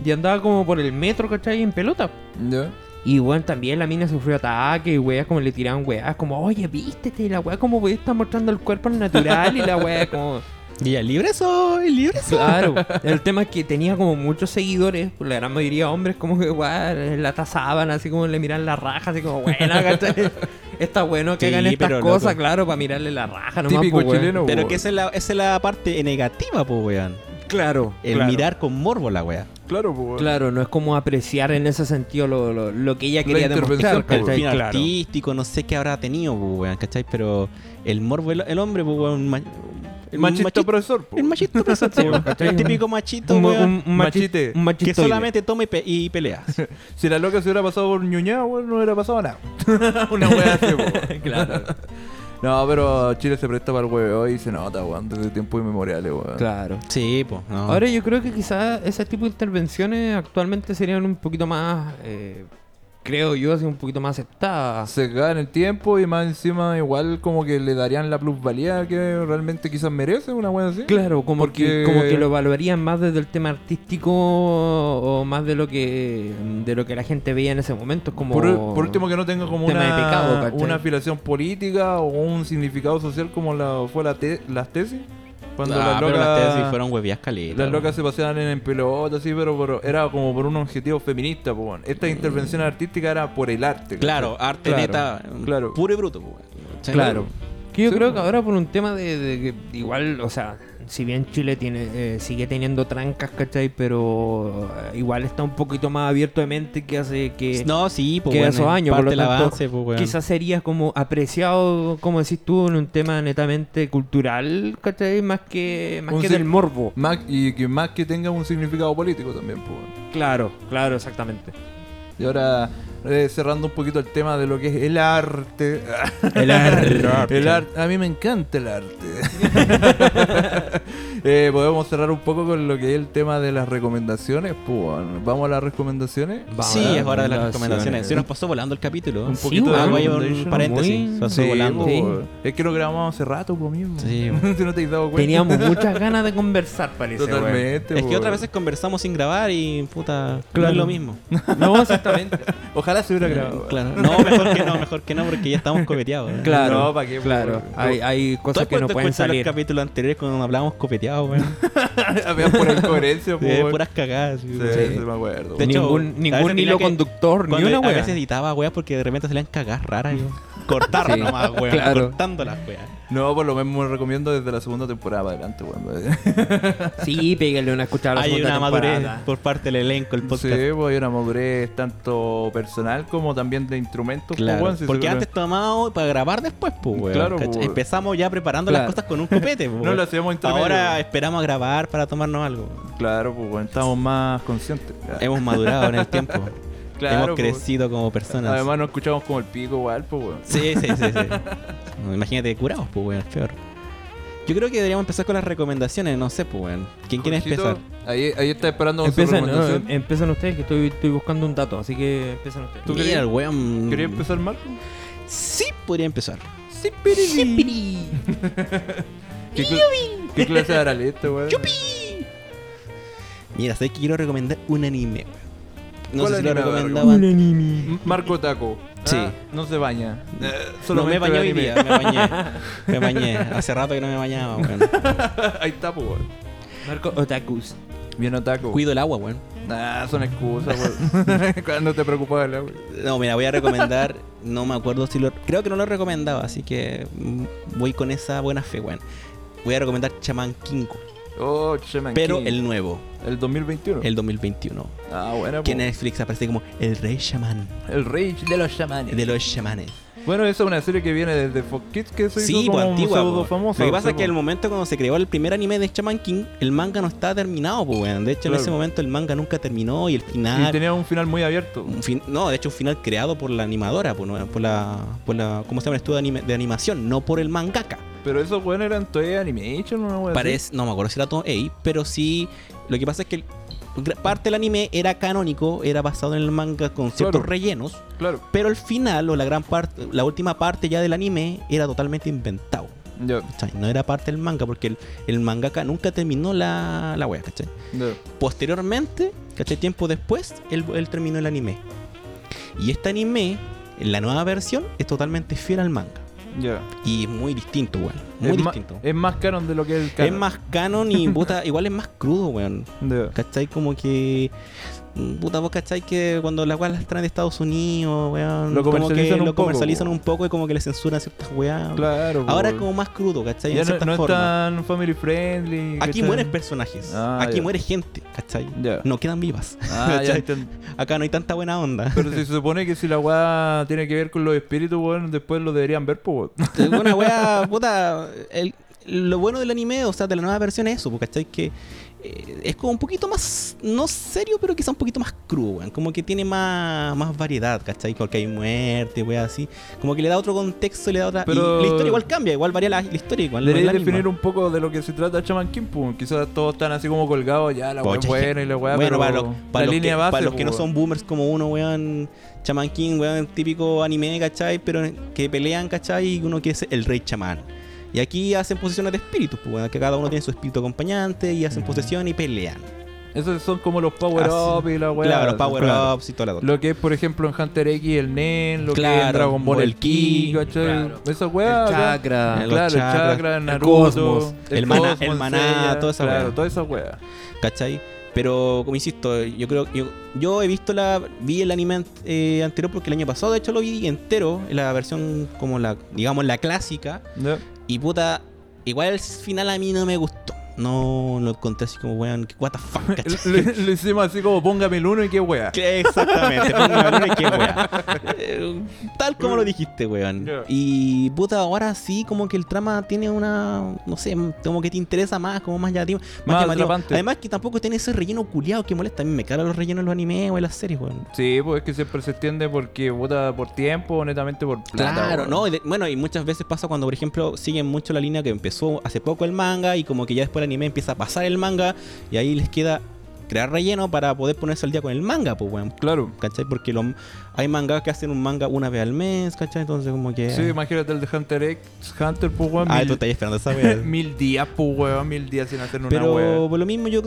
S3: y andaba como por el metro, ¿cachai? En pelota.
S1: ¿Ya?
S3: Y weón, también la mina sufrió ataque y weas como le tiraban weas como, oye, vístete, y la wea como weón está mostrando el cuerpo al natural y la wea como,
S4: Y ya, libre soy, libre soy.
S3: Claro, el tema es que tenía como muchos seguidores, pues, la gran mayoría hombres, como que guau, la tasaban, así como le miran la raja, así como, buena, ¿cachai? Está bueno que
S4: Sí,
S3: hagan estas
S4: pero
S3: cosas,
S4: loco.
S3: claro, para mirarle la raja, nomás,
S1: Típico
S3: pues, weón.
S1: chileno,
S4: Pero
S1: weón.
S4: que esa es la, esa es la parte negativa, po, weón.
S3: Claro,
S4: El
S3: claro.
S4: mirar con morbo la wea.
S1: Claro, pues.
S3: Eh, Claro, no es como apreciar en ese sentido lo, lo- lo que ella
S1: La
S3: quería
S1: intervención,
S3: demostrar.
S1: po, weón.
S3: ¿cachai?
S4: El fin
S3: Claro.
S4: artístico, no sé qué habrá tenido, po, weón, ¿cachai? Pero el morbo, el, el hombre, po, weón. ma-
S1: El machista pues,
S4: machi-
S1: profesor, po.
S4: El machito
S3: [laughs]
S4: presente,
S3: Sí,
S4: weón.
S3: ¿cachai?
S4: El típico machito,
S3: Un,
S4: weón.
S3: un- un
S1: Machite.
S3: machiste. Un
S4: que
S3: machiste.
S4: solamente toma y, pe- y pelea.
S1: Si la loca se hubiera pasado por ñuñado, weón, no hubiera pasado nada. [laughs] Una wea así, po.
S3: claro,
S1: No, pero Chile se presta para el hueveo y se nota, weón, desde tiempos inmemoriales, weón.
S3: claro.
S4: Sí, pues. No.
S3: Ahora yo creo que quizás ese tipo de intervenciones actualmente serían un poquito más, eh, creo yo, así un poquito más aceptadas.
S1: Se cagan el tiempo y más encima igual como que le darían la plusvalía que realmente quizás merece una wea así.
S3: Claro, como,
S1: Porque-
S3: que, como que lo evaluarían más desde el tema artístico o más de lo que de lo que la gente veía en ese momento. Es como...
S1: Por, por último que no tenga como
S3: Tema
S1: una,
S3: de pecado, ¿cachai?
S1: una afilación política o un significado social como la, fue la te- las tesis. Cuando
S4: Ah,
S1: las locas
S4: pero las tesis fueron huevías caletas.
S1: Las
S4: weón.
S1: locas se paseaban en, en pelota, sí, pero, por- era como por un objetivo feminista, pues, bueno.
S3: Mm.
S1: Esta intervención artística era por el arte. ¿cachai?
S4: Claro, arte
S1: Claro,
S4: neta.
S1: claro.
S4: Puro y bruto, po, weón. ¿cachai?
S3: Claro. Que yo
S1: Sí,
S3: creo
S1: po.
S3: que ahora por un tema de, de que igual, o sea, si bien Chile tiene eh, sigue teniendo trancas, ¿cachai? Pero eh, igual está un poquito más abierto de mente que hace que...
S4: No, sí, pues.
S3: que esos años, por
S4: parte
S3: lo
S4: del
S3: tanto,
S4: avance, po, weón.
S3: Quizás sería como apreciado, como decís tú, en un tema netamente cultural, ¿cachai? Más que, más
S1: Un
S3: que
S1: sí-
S3: del morbo.
S1: Más- y que más que tenga un significado político también, pues. bueno.
S3: Claro, claro, exactamente.
S1: Y ahora, eh, cerrando un poquito el tema de lo que es el arte.
S3: El arte.
S1: [laughs] El arte, a mí me encanta el arte. [laughs] Eh, podemos cerrar un poco con lo que es el tema de las recomendaciones. Pues, bueno. vamos a las recomendaciones.
S4: Sí, es hora de las
S1: recomendaciones.
S4: recomendaciones. Se nos pasó volando el capítulo.
S1: Un
S3: Sí,
S1: poquito de
S3: weón.
S4: Ah, voy a llevar un
S1: recommendation.
S4: paréntesis.
S3: muy-
S4: Se pasó
S1: Sí,
S4: volando.
S1: po,
S3: Sí.
S1: weón. Es que lo grabamos hace rato, pues mismo. [laughs]
S4: Sí,
S1: si no te has dado cuenta. [laughs]
S3: Teníamos muchas ganas de conversar, parece. weón.
S1: Totalmente.
S4: Es que
S1: weón.
S4: otras veces conversamos sin grabar y puta, no
S3: Claro.
S4: es lo
S1: [laughs]
S4: mismo.
S3: No, exactamente.
S1: Ojalá se hubiera grabado.
S4: [laughs]
S1: [laughs]
S4: Claro. No, mejor que no, mejor que no, porque ya estamos copeteados. ¿eh?
S3: Claro,
S1: No, ¿pa' qué, pues,
S3: claro.
S1: weón?
S3: Hay, hay cosas
S4: ¿Tú
S3: que no
S4: cuánto
S3: pueden
S4: escuchas
S3: salir.
S4: los capítulos anteriores cuando hablábamos copeteados,
S1: [laughs]
S4: weón?
S1: Había pura incoherencia,
S4: Sí,
S1: pues. weón.
S4: puras cagadas. sí,
S1: Sí,
S4: weón.
S1: sí, me acuerdo.
S4: De hecho, a
S3: ningún
S4: veces
S3: ningún
S4: tenía
S3: hilo
S4: que-
S3: conductor, ni
S4: Cuando
S3: una
S4: a
S3: wea.
S4: veces editaba weas porque de repente salían cagadas raras. Yo. Cortar
S3: Sí.
S4: nomás, weón.
S3: Claro.
S4: Cortando las weas.
S1: No, por lo menos me recomiendo desde la segunda temporada para adelante, [laughs] weón.
S3: Sí, pégale una escuchada a la
S4: Hay
S3: segunda
S4: una madurez
S3: temporada.
S4: por parte del elenco, el
S1: Sí,
S4: podcast.
S1: pues hay una madurez tanto personal como también de instrumentos. pues,
S4: Claro,
S1: weón, si se-
S4: porque antes tomábamos para grabar después, pues, weón.
S1: Claro,
S4: ¿cachai?
S1: pues.
S4: Empezamos ya preparando
S3: Claro.
S4: las cosas con un copete, pues,
S1: No
S4: weón.
S1: lo hacíamos intermedio.
S4: Ahora esperamos a grabar para tomarnos algo.
S1: Claro, pues weón, estamos más conscientes.
S4: Hemos madurado en el tiempo.
S1: [laughs] Claro,
S4: Hemos
S1: pues.
S4: crecido como personas.
S1: Además nos escuchamos como el pico igual, pues weón.
S4: Sí, sí,
S1: [laughs]
S4: sí, sí. No, Imagínate curados, pues, weón. Peor. Yo creo que deberíamos empezar con las recomendaciones, no sé, pues, weón. ¿Quién quiere
S1: Jorgito,
S4: empezar?
S1: Ahí, ahí está esperando su
S3: Empiezan, no,
S1: recomendación.
S3: empiezan ustedes, que estoy, estoy buscando un dato, así que empiezan ustedes.
S1: ¿Tú
S4: Mira,
S1: querías-
S4: el weón.
S1: ¿Quería empezar Marco?
S4: Sí, podría empezar.
S1: Sí, [laughs] ¿Qué, cl- ¿Qué clase de arale este, weón?
S4: Mira, sé que quiero recomendar un anime, weón. No
S1: ¿Cuál
S4: sé si lo
S1: anime va a
S4: recomendaba. antes.
S1: Marco Taco. Ah,
S4: Sí.
S1: no se baña. Eh,
S4: No me
S1: solamente
S4: bañé
S1: ve
S4: hoy
S1: anime.
S4: [laughs] día, me bañé.
S1: [laughs]
S4: Me bañé. Hace rato que no me bañaba, weón.
S1: Ahí está, pues, weón.
S3: Marco Otakus.
S1: Bien otaku.
S4: Cuido el agua, weón.
S1: Ah, son excusas, weón.
S4: [laughs]
S1: [laughs] Cuando te preocupas del agua.
S4: No, mira, voy a recomendar. [laughs] No me acuerdo si lo. Creo que no lo recomendaba, así que mm, voy con esa buena fe, weón. Voy a recomendar Chaman Kinko,
S1: Oh, Shaman
S4: pero
S1: King.
S4: el nuevo,
S1: El 2021.
S4: el 2021.
S1: Ah, bueno,
S4: Que en
S1: pues.
S4: Netflix aparece como el rey chamán
S1: El Rage de los Shamanes.
S4: de los chamanes.
S1: Bueno, esa es una serie que viene desde Fox Kids, que se hizo
S4: Sí,
S1: como
S4: pues antigua.
S1: un pseudo
S4: po.
S1: famoso.
S4: Lo que pasa es que en el momento cuando se creó el primer anime de Chaman King, el manga no estaba terminado, pues, weón. De hecho,
S1: Claro.
S4: en ese momento el manga nunca terminó y el
S1: Y
S4: final.
S1: tenía un final muy abierto.
S4: un fin- no, de hecho, un final creado por la animadora, po, no, por la. Por la ¿Cómo se llama el estudio de, anime- de animación? No por el mangaka.
S1: Pero esos weones eran Toei Animation, una weón.
S4: Parece, no me acuerdo si era todo A, pero sí. Lo que pasa es que el- gra- parte del anime era canónico, era basado en el manga con ciertos
S1: Claro.
S4: rellenos,
S1: Claro.
S4: pero el final o la gran parte, la última parte ya del anime era totalmente inventado.
S1: Ya,
S4: ¿cachai? No era parte del manga porque el, el mangaka nunca terminó la, la wea, ¿cachai?
S1: ya.
S4: Posteriormente, ¿cachai? Tiempo después, él, él terminó el anime. Y este anime, en la nueva versión, es totalmente fiel al manga.
S1: Ya.
S4: Y es muy distinto, weón. Muy
S1: es ma-
S4: distinto.
S1: es más canon de lo que es el
S4: Es
S1: canon.
S4: más
S1: [laughs]
S4: canon y puta, igual es más crudo, weón.
S1: De-
S4: ¿Cachai? Como que. mm, Puta, vos cachai que cuando las weas las traen de Estados Unidos, weón.
S1: Lo
S4: como que
S1: comercializan un
S4: lo
S1: poco,
S4: comercializan
S1: po.
S4: un poco y como que le censuran ciertas weas.
S1: Claro.
S4: Ahora es
S1: po.
S4: como más crudo, ¿cachai?
S1: Ya no,
S4: en cierta
S1: no es
S4: forma.
S1: tan family friendly.
S4: Aquí
S1: ¿cachai?
S4: mueren personajes.
S1: Ah,
S4: Aquí
S1: ya.
S4: muere gente, ¿cachai?
S1: Ya.
S4: No quedan vivas.
S1: Ah, ya
S4: [laughs] ¿cachai?
S1: entiendo.
S4: Acá no hay tanta
S1: [laughs]
S4: buena onda.
S1: Pero si se supone que si la weá tiene que ver con los espíritus, weón, después lo deberían ver, pues.
S4: [laughs] Una wea, puta. el- lo bueno del anime, o sea, de la nueva versión es eso, po, ¿cachai? Que eh, es como un poquito más, no serio, pero quizá un poquito más crudo, weón. Como que tiene más, más variedad, ¿cachai? Porque hay muerte, wea, así. Como que le da otro contexto, le da otra. y
S1: Pero-
S4: la historia igual cambia, igual varía la, la historia, igual. no es
S1: Debería
S4: la misma.
S1: definir un poco de lo que se trata Shaman King, pues. Quizás todos están así como colgados, ya, la weá es
S4: Pucha,
S1: buena y la weá,
S4: bueno,
S1: pero
S4: para los, para
S1: la
S4: los
S1: línea
S4: que,
S1: base, pues,
S4: para los
S1: po,
S4: que no
S1: weón.
S4: son boomers como uno, weón, chamán King, weón, típico anime, ¿cachai? Pero que pelean, ¿cachai? Y uno que es el rey chamán. Y aquí hacen posesiones de espíritus, pues, weón, que cada uno tiene su espíritu acompañante y
S1: Mm.
S4: hacen posesión y pelean.
S1: Esos son como los power
S4: Ah,
S1: up y la weá.
S4: claro, los power
S1: Claro.
S4: ups y toda la cosa.
S1: Lo que es, por ejemplo, en Hunter X el Nen, lo que es en
S4: Claro,
S1: Dragon Ball
S4: Ball
S1: el Ki,
S4: Ki,
S1: ¿cachai?
S3: claro.
S1: Esa weá.
S3: El
S1: acá.
S3: chakra,
S1: Ah, Claro,
S4: los
S1: el
S4: chakras,
S1: chakra,
S3: el
S1: Naruto,
S3: cosmos,
S4: el maná- el
S1: cosmos,
S4: maná,
S1: Seiya,
S4: toda esa
S1: Claro,
S4: weá.
S1: toda esa weá.
S4: ¿Cachai? Pero, como insisto, yo creo yo, yo he visto la. Vi el anime an- eh, anterior porque el año pasado, de hecho, lo vi entero, la versión como la, digamos, la clásica.
S1: Ya.
S4: Y puta, igual el final a mí no me gustó. No lo encontré así como, weón, que what the fuck,
S1: [laughs] Lo,
S4: [laughs] ¿cachai?
S1: lo hicimos así como póngame el uno y qué weá.
S4: Que Exactamente, póngame el nombre, qué weá. Eh, Tal como lo dijiste, weón.
S1: Ya.
S4: Y puta, ahora sí, como que el trama tiene una. No sé, como que te interesa más, como más llamativo. Más,
S1: Más
S4: llamativo.
S1: atrapante.
S4: Además, que tampoco tiene ese relleno culiado que molesta. A mí me cagan los rellenos en los animes o en las series, weón.
S1: Sí, pues es que siempre se extiende porque vota por tiempo, o netamente por plata.
S4: Claro,
S1: weón.
S4: no, y de- bueno, y muchas veces pasa cuando, por ejemplo, siguen mucho la línea que empezó hace poco el manga y como que ya después el anime empieza a pasar el manga y ahí les queda crear relleno para poder ponerse al día con el manga, pues, weón.
S1: Claro.
S4: ¿Cachai? Porque lo, hay mangas que hacen un manga una vez al mes, ¿cachai? Entonces, como que. eh.
S1: Sí, imagínate el de Hunter X, Hunter, pues weón.
S4: ah,
S1: mil- [laughs]
S4: tú estás esperando esa weá.
S1: Mil días, pues weón, mil días sin hacer una
S4: Pero
S1: weá.
S4: por lo mismo, yo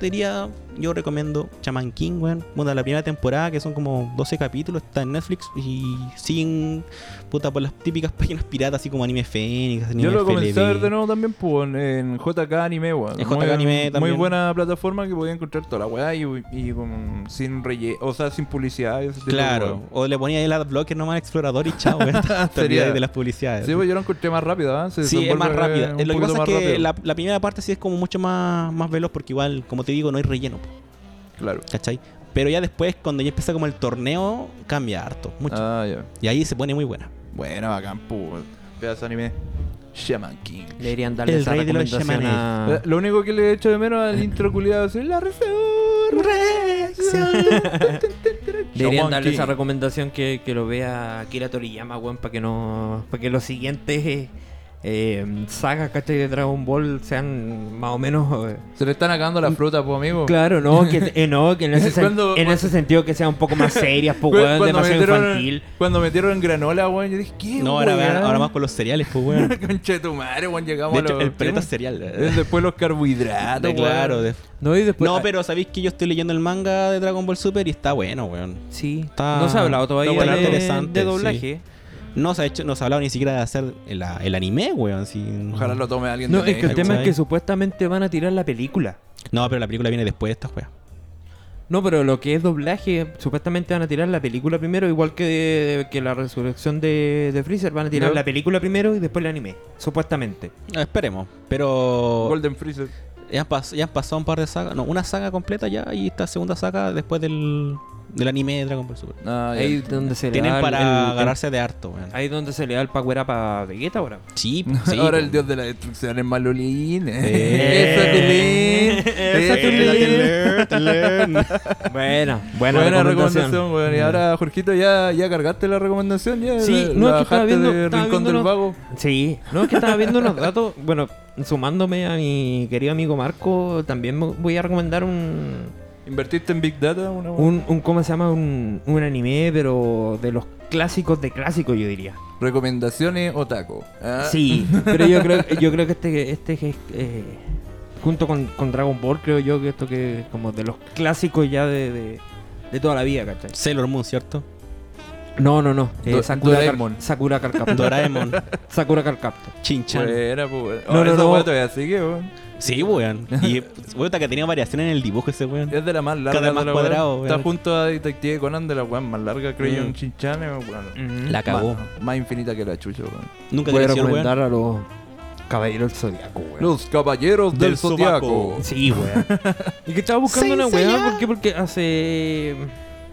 S4: diría, yo recomiendo Chaman King, weón. Bueno, la primera temporada, que son como 12 capítulos, está en Netflix y siguen, puta, por las típicas [laughs] páginas piratas, así como Anime Fénix, Anime
S1: Yo lo comencé a ver
S4: FLV.
S1: de nuevo también pues, en, en JK Anime, weón.
S4: En
S1: Muy-
S4: JK Anime
S1: Muy
S4: también.
S1: buena plataforma que podía encontrar toda la weá y, y con, sin relle o sea, sin publicidad. y ese tipo de
S4: Claro, o le ponía el adblocker nomás al explorador y
S1: [laughs]
S4: chao, weón. Te
S1: Sería.
S4: olvidas de las
S1: weá.
S4: publicidades.
S1: Sí, pues yo lo encontré más rápido, ¿eh? Se
S4: Sí, es
S1: desenvuelve
S4: más rápida.
S1: un
S4: Eh, Lo
S1: poquito
S4: que pasa es
S1: más
S4: que
S1: rápido.
S4: la, la primera parte sí es como mucho más, más veloz porque igual, como te digo, no hay relleno,
S1: Claro.
S4: ¿cachai? Pero ya después, cuando ya empieza como el torneo, cambia harto, mucho.
S1: Ah, ya.
S4: Y ahí se pone muy buena.
S1: Bueno, bacán, pues. Pedazo de anime. Shaman King.
S3: Deberían darle
S4: El
S3: esa
S4: rey de los
S3: recomendación
S1: Eh,
S4: Ah.
S3: a...
S1: Lo único que le echo de menos al
S4: [laughs]
S1: intro culiado es la resurrección. [laughs]
S3: Deberían
S1: Shaman
S3: darle
S1: King.
S3: esa recomendación que, que lo vea Akira Toriyama, weón, para que no. para que los siguientes eh, sagas, ¿cachai? de Dragon Ball sean más o menos. eh,
S1: Se le están acabando la fruta, pues, amigo.
S3: Claro, no, que eh, no, [laughs] que en ese, sen-
S1: Cuando-
S3: en ese sentido que sea un poco más serias, pues weón, demasiado infantil.
S1: cuando metieron en granola, weón, yo dije, ¿qué?
S4: No, ahora,
S1: weón?
S4: ahora más con los cereales, pues,
S1: [laughs]
S4: weón.
S1: Concha de tu madre, weón, llegamos
S4: De
S1: a
S4: hecho,
S1: los-
S4: el
S1: [laughs]
S4: planeta cereal.
S1: Eh, Después los carbohidratos,
S4: De-
S1: weón. Pues,
S4: claro, de-
S3: No, y después. ah,
S4: no, pero sabéis que yo estoy leyendo el manga de Dragon Ball Super y está bueno, weón.
S3: Sí,
S4: Está-
S3: no se ha hablado todavía
S4: está bueno,
S3: de,
S4: interesante,
S3: de doblaje.
S4: No se ha hecho, no se ha hablado ni siquiera de hacer el, el anime, weón. sin-
S1: Ojalá lo tome alguien
S3: No,
S1: de
S3: es que el tema es
S4: ¿cachai?
S3: que supuestamente van a tirar la película.
S4: No, pero la película viene después de esta weón.
S3: No, pero lo que es doblaje, supuestamente van a tirar la película primero, igual que, que la resurrección de, de Freezer. Van a tirar
S1: Ya.
S3: la película primero y después el anime, supuestamente.
S4: Ah, Esperemos, pero
S1: Golden Freezer.
S4: ya han, pas- ya han pasado un par de sagas, no, una saga completa ya y esta segunda saga después del, del anime de Dragon Ball Super.
S1: Ah, ya.
S3: Ahí
S4: [laughs]
S3: es donde se le
S4: Tienen
S3: da el-
S4: para
S3: el- el-
S4: agarrarse de harto, weón.
S3: ahí es donde se le da el power up a Vegeta ahora.
S1: [laughs]
S4: Sí,
S1: ahora
S4: po.
S1: el dios de la destrucción es [laughs] Malolín.
S4: Eh.
S1: Esa tu lin.
S3: [laughs] Esa
S1: Esa tu
S3: tu lin.
S1: lin.
S3: Bueno, [laughs] buena,
S1: Buena recomendación,
S3: recomendación.
S1: weón.
S4: Mm.
S1: Y ahora, Jorgito, ya, ya cargaste la recomendación, ya.
S3: Sí,
S1: la,
S3: no,
S1: la
S3: es que estaba
S1: bajaste
S3: viendo-
S1: de
S3: estaba
S1: Rincón
S3: viendo
S1: del
S3: los-
S1: Vago.
S3: Sí, no, es que estaba viendo unos datos. Bueno, sumándome a mi querido amigo Marco, también me- voy a recomendar un.
S1: ¿Invertiste en Big Data? Una,
S3: un, un ¿Cómo se llama? Un, un anime, pero de los clásicos de clásicos, yo diría.
S1: Recomendaciones Otaku. Ah,
S3: Sí, pero yo creo, yo creo que este, este es, eh, junto con, con Dragon Ball, creo yo que esto que es como de los clásicos ya de, de, de toda la vida, ¿cachai?
S4: Sailor Moon, ¿cierto?
S3: No, no, no. eh,
S1: Do-
S3: Sakura,
S1: Doraemon.
S3: Car- Sakura
S1: [laughs]
S3: Carcaptor.
S4: [laughs] Doraemon,
S3: Sakura Carcaptor.
S4: Chinchan.
S1: Buena, pues, weón.
S3: No,
S1: Ahora
S3: no,
S1: esa
S3: no.
S1: weá todavía sigue, weón.
S4: Sí, weón. Y pues, weón, que tenía variaciones en el dibujo ese weón.
S1: Es de la más larga.
S4: Cada
S1: de
S4: más
S1: la weá.
S4: cuadrado, weón.
S1: Está junto a Detective Conan de la weá más larga, creo
S4: Mm.
S1: un Chinchane, weón.
S4: La cagó.
S1: Más, más infinita que la chucha, weón.
S4: Nunca
S3: Voy a
S4: creció el weón.
S3: recomendar a los Caballeros del Zodiaco, weón.
S1: Los caballeros del,
S4: Del
S1: Zodiaco.
S4: Zodiaco.
S3: Sí, [laughs] weón. y que estaba buscando
S4: Sí,
S3: una
S4: sí,
S3: weá,
S4: ya.
S3: ¿por qué? Porque hace.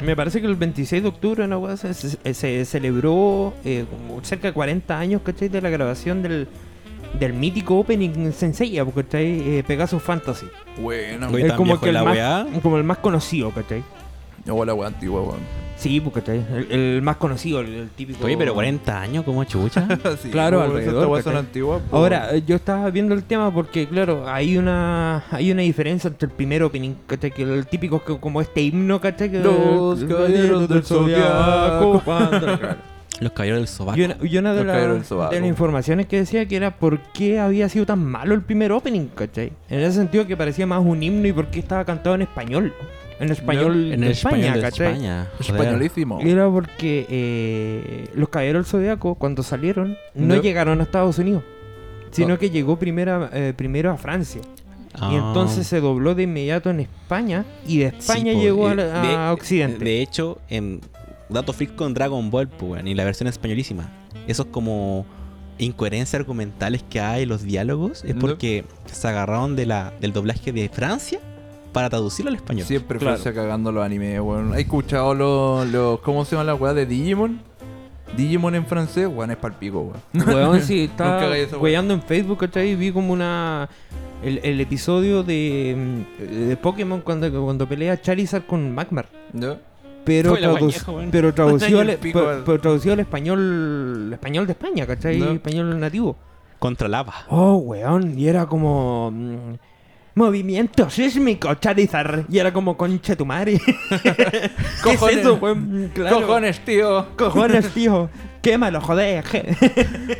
S3: Me parece que el 26 de octubre una weá se, se- se celebró eh, como cerca de 40 años, ¿cachai? De la grabación del, del mítico opening Senseiya, porque está Pegasus Fantasy.
S1: Buena,
S4: Oye,
S1: weón.
S3: es
S4: tan
S3: como
S4: viejo
S3: que el
S4: la
S3: más,
S4: weá.
S3: como el más conocido, ¿cachai?
S1: No, la weá antigua, weón.
S3: Sí, porque ¿cachai? el, el más conocido, el, el típico.
S4: Oye, pero 40 años,
S3: [laughs]
S4: como chucha?
S1: [laughs] Sí,
S3: Claro,
S1: weón,
S3: alrededor,
S1: Estas weas
S3: ¿cachai?
S1: son antiguas. po,
S3: Ahora, eh, yo estaba viendo el tema porque, claro, hay una hay una diferencia entre el primer opening, ¿cachai? Que el típico que- como este himno, ¿cachai? Que-
S1: Los caballeros del zodiaco. [laughs]
S3: Claro.
S4: Los caballeros del sobaco.
S3: Y una, y una de,
S1: Los
S3: la-
S1: caballeros del zodiaco.
S3: de las informaciones que decía que era por qué había sido tan malo el primer opening, ¿cachai? En ese sentido que parecía más un himno y por qué estaba cantado en español. En español
S4: En
S3: de
S4: el
S3: España,
S4: español de
S3: ¿cachai?
S4: España.
S1: weón.
S4: joder.
S1: Españolísimo.
S3: Era porque eh, los Caballeros del Zodiaco, cuando salieron, no
S1: No.
S3: llegaron a Estados Unidos, sino
S1: Ah.
S3: que llegó primera, eh, primero a Francia.
S4: Ah.
S3: Y entonces se dobló de inmediato en España y de
S4: Sí,
S3: España
S4: po,
S3: llegó
S4: eh,
S3: a, la- a
S4: de-
S3: Occidente.
S4: De hecho, en Dato Freak con Dragon Ball, pues, weón, y la versión españolísima. Esos como incoherencias argumentales que hay en los diálogos es
S1: No.
S4: porque se agarraron de la, del doblaje de Francia para traducirlo al español.
S1: Siempre
S3: Claro.
S1: Francia cagando los animes, weón. ¿Has escuchado los, los. ¿Cómo se llama la weá de Digimon? Digimon en francés, weón, es palpico, weón.
S3: [laughs] Weón, sí, estaba
S1: Nunca hagáis eso, weón.
S3: weyando en Facebook, ¿cachai? Y vi como una. El, el episodio de, mm, de Pokémon cuando, cuando pelea Charizard con Magmar.
S1: ¿Ya?
S3: Pero,
S4: Fue la
S3: traduc-
S4: guañeja, weón.
S3: pero traducido,
S1: Y
S3: al,
S1: el pico,
S3: pero-
S1: weón.
S3: pero traducido al español español de España, ¿cachai?
S1: No.
S3: Español nativo.
S4: Contra lava.
S3: Oh, weón, y era como. mm, Movimiento sísmico, Charizard. Y era como concha tu madre. [laughs] ¿Qué es
S1: Cojones.
S3: eso, weón? Claro.
S1: ¡Cojones,
S3: [laughs]
S1: tío!
S3: Cojones,
S1: [laughs]
S3: tío. Quémalo, joder.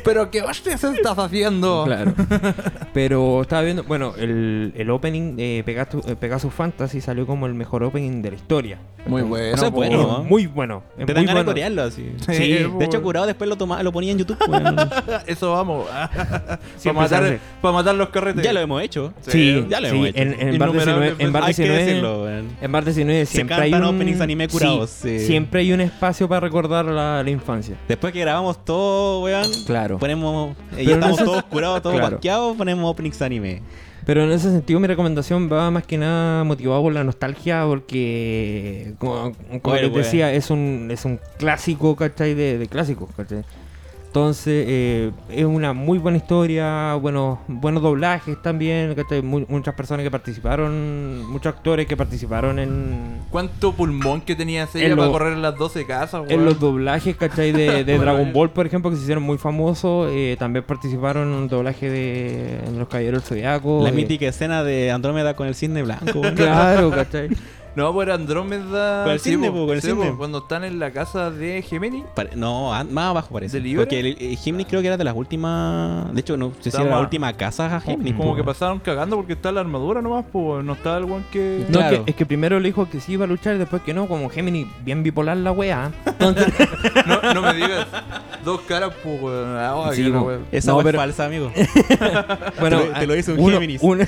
S1: ¿Pero qué hostias estás haciendo?
S3: Claro. [laughs] Pero estaba viendo, bueno, el, el opening de Pegasus, eh, Pegasus Fantasy salió como el mejor opening de la historia.
S1: Muy bueno.
S4: Eso es
S1: po,
S4: bueno,
S1: weón.
S4: ¿no?
S3: Es muy bueno. Es muy
S4: Te dan ganas de
S3: bueno.
S4: corearlo así.
S1: Sí,
S4: de
S1: weón.
S4: hecho, curado después lo, toma, lo ponía en YouTube. [laughs] weón.
S1: [laughs] Eso vamos. [laughs]
S3: Siempre
S1: para, matar,
S3: sale.
S1: para matar los carretes.
S4: ya lo hemos hecho.
S3: Sí,
S4: ya lo
S3: sí,
S4: hemos hecho.
S3: en- en Bar
S1: Innumerables
S3: 19 en Bar
S4: Hay que
S3: 19
S4: decirlo, weón.
S3: En Bar 19
S4: Se
S3: siempre hay
S4: cantan
S3: un...
S4: openings anime
S3: Sí,
S4: curados, sí.
S3: Siempre hay un espacio para recordar la, la infancia.
S4: Después que grabamos todo, weón.
S3: Claro.
S4: Ponemos. eh,
S3: Pero
S4: ya
S3: no
S4: estamos
S3: es-
S4: todos curados, todos
S3: Claro.
S4: parqueados. Ponemos openings anime.
S3: Pero en ese sentido mi recomendación va más que nada motivada por la nostalgia porque, como, como
S4: Bueno, pues.
S3: les
S4: bueno.
S3: decía, es un, es un clásico, ¿cachai? De, de clásicos, ¿cachai? Entonces, eh, es una muy buena historia, buenos, buenos doblajes también, ¿cachai? Mu- muchas personas que participaron, muchos actores que participaron en,
S1: ¿Cuánto pulmón que tenía
S3: En
S1: ella
S3: lo-
S1: para correr las 12 casas, weón?
S3: en los doblajes, ¿cachai? De, de
S4: [laughs]
S1: Bueno,
S3: Dragon
S1: eh.
S3: Ball, por ejemplo, que se hicieron muy famosos. eh, también participaron en un doblaje de en Los Caballeros del Zodiaco.
S4: La
S3: eh,
S4: mítica escena de Andrómeda con el cisne blanco. weón.
S3: Claro, ¿cachai?
S1: No, por Andrómeda.
S4: Con el
S1: sí,
S4: cisne,
S1: po,
S4: po, con el
S1: sí, po,
S4: cisne.
S1: Cuando están en la casa de Gemini.
S4: Pare- No, an- más abajo parece.
S1: ¿De Libra?
S4: Porque el, el Gemini creo que era de las últimas. De hecho, no sé si
S1: Está
S4: era la
S1: más-
S4: última casa a Gemini. pues,
S1: Como
S4: po.
S1: que pasaron cagando porque está la armadura nomás, pues no está el weón que.
S4: [laughs]
S3: No, es
S4: Claro.
S3: que, es que primero le dijo que sí iba a luchar y después que no, como Gemini, bien bipolar la wea. [laughs]
S1: No, no me digas. Dos caras, pues, weón. Ah,
S3: Sí,
S1: que la
S3: po.
S1: weón.
S4: Esa
S3: No,
S4: weá es
S3: pero-
S4: falsa, amigo.
S3: Bueno,
S4: Te lo- te lo hizo un
S3: uno-
S4: Géminis. [laughs]
S3: uno-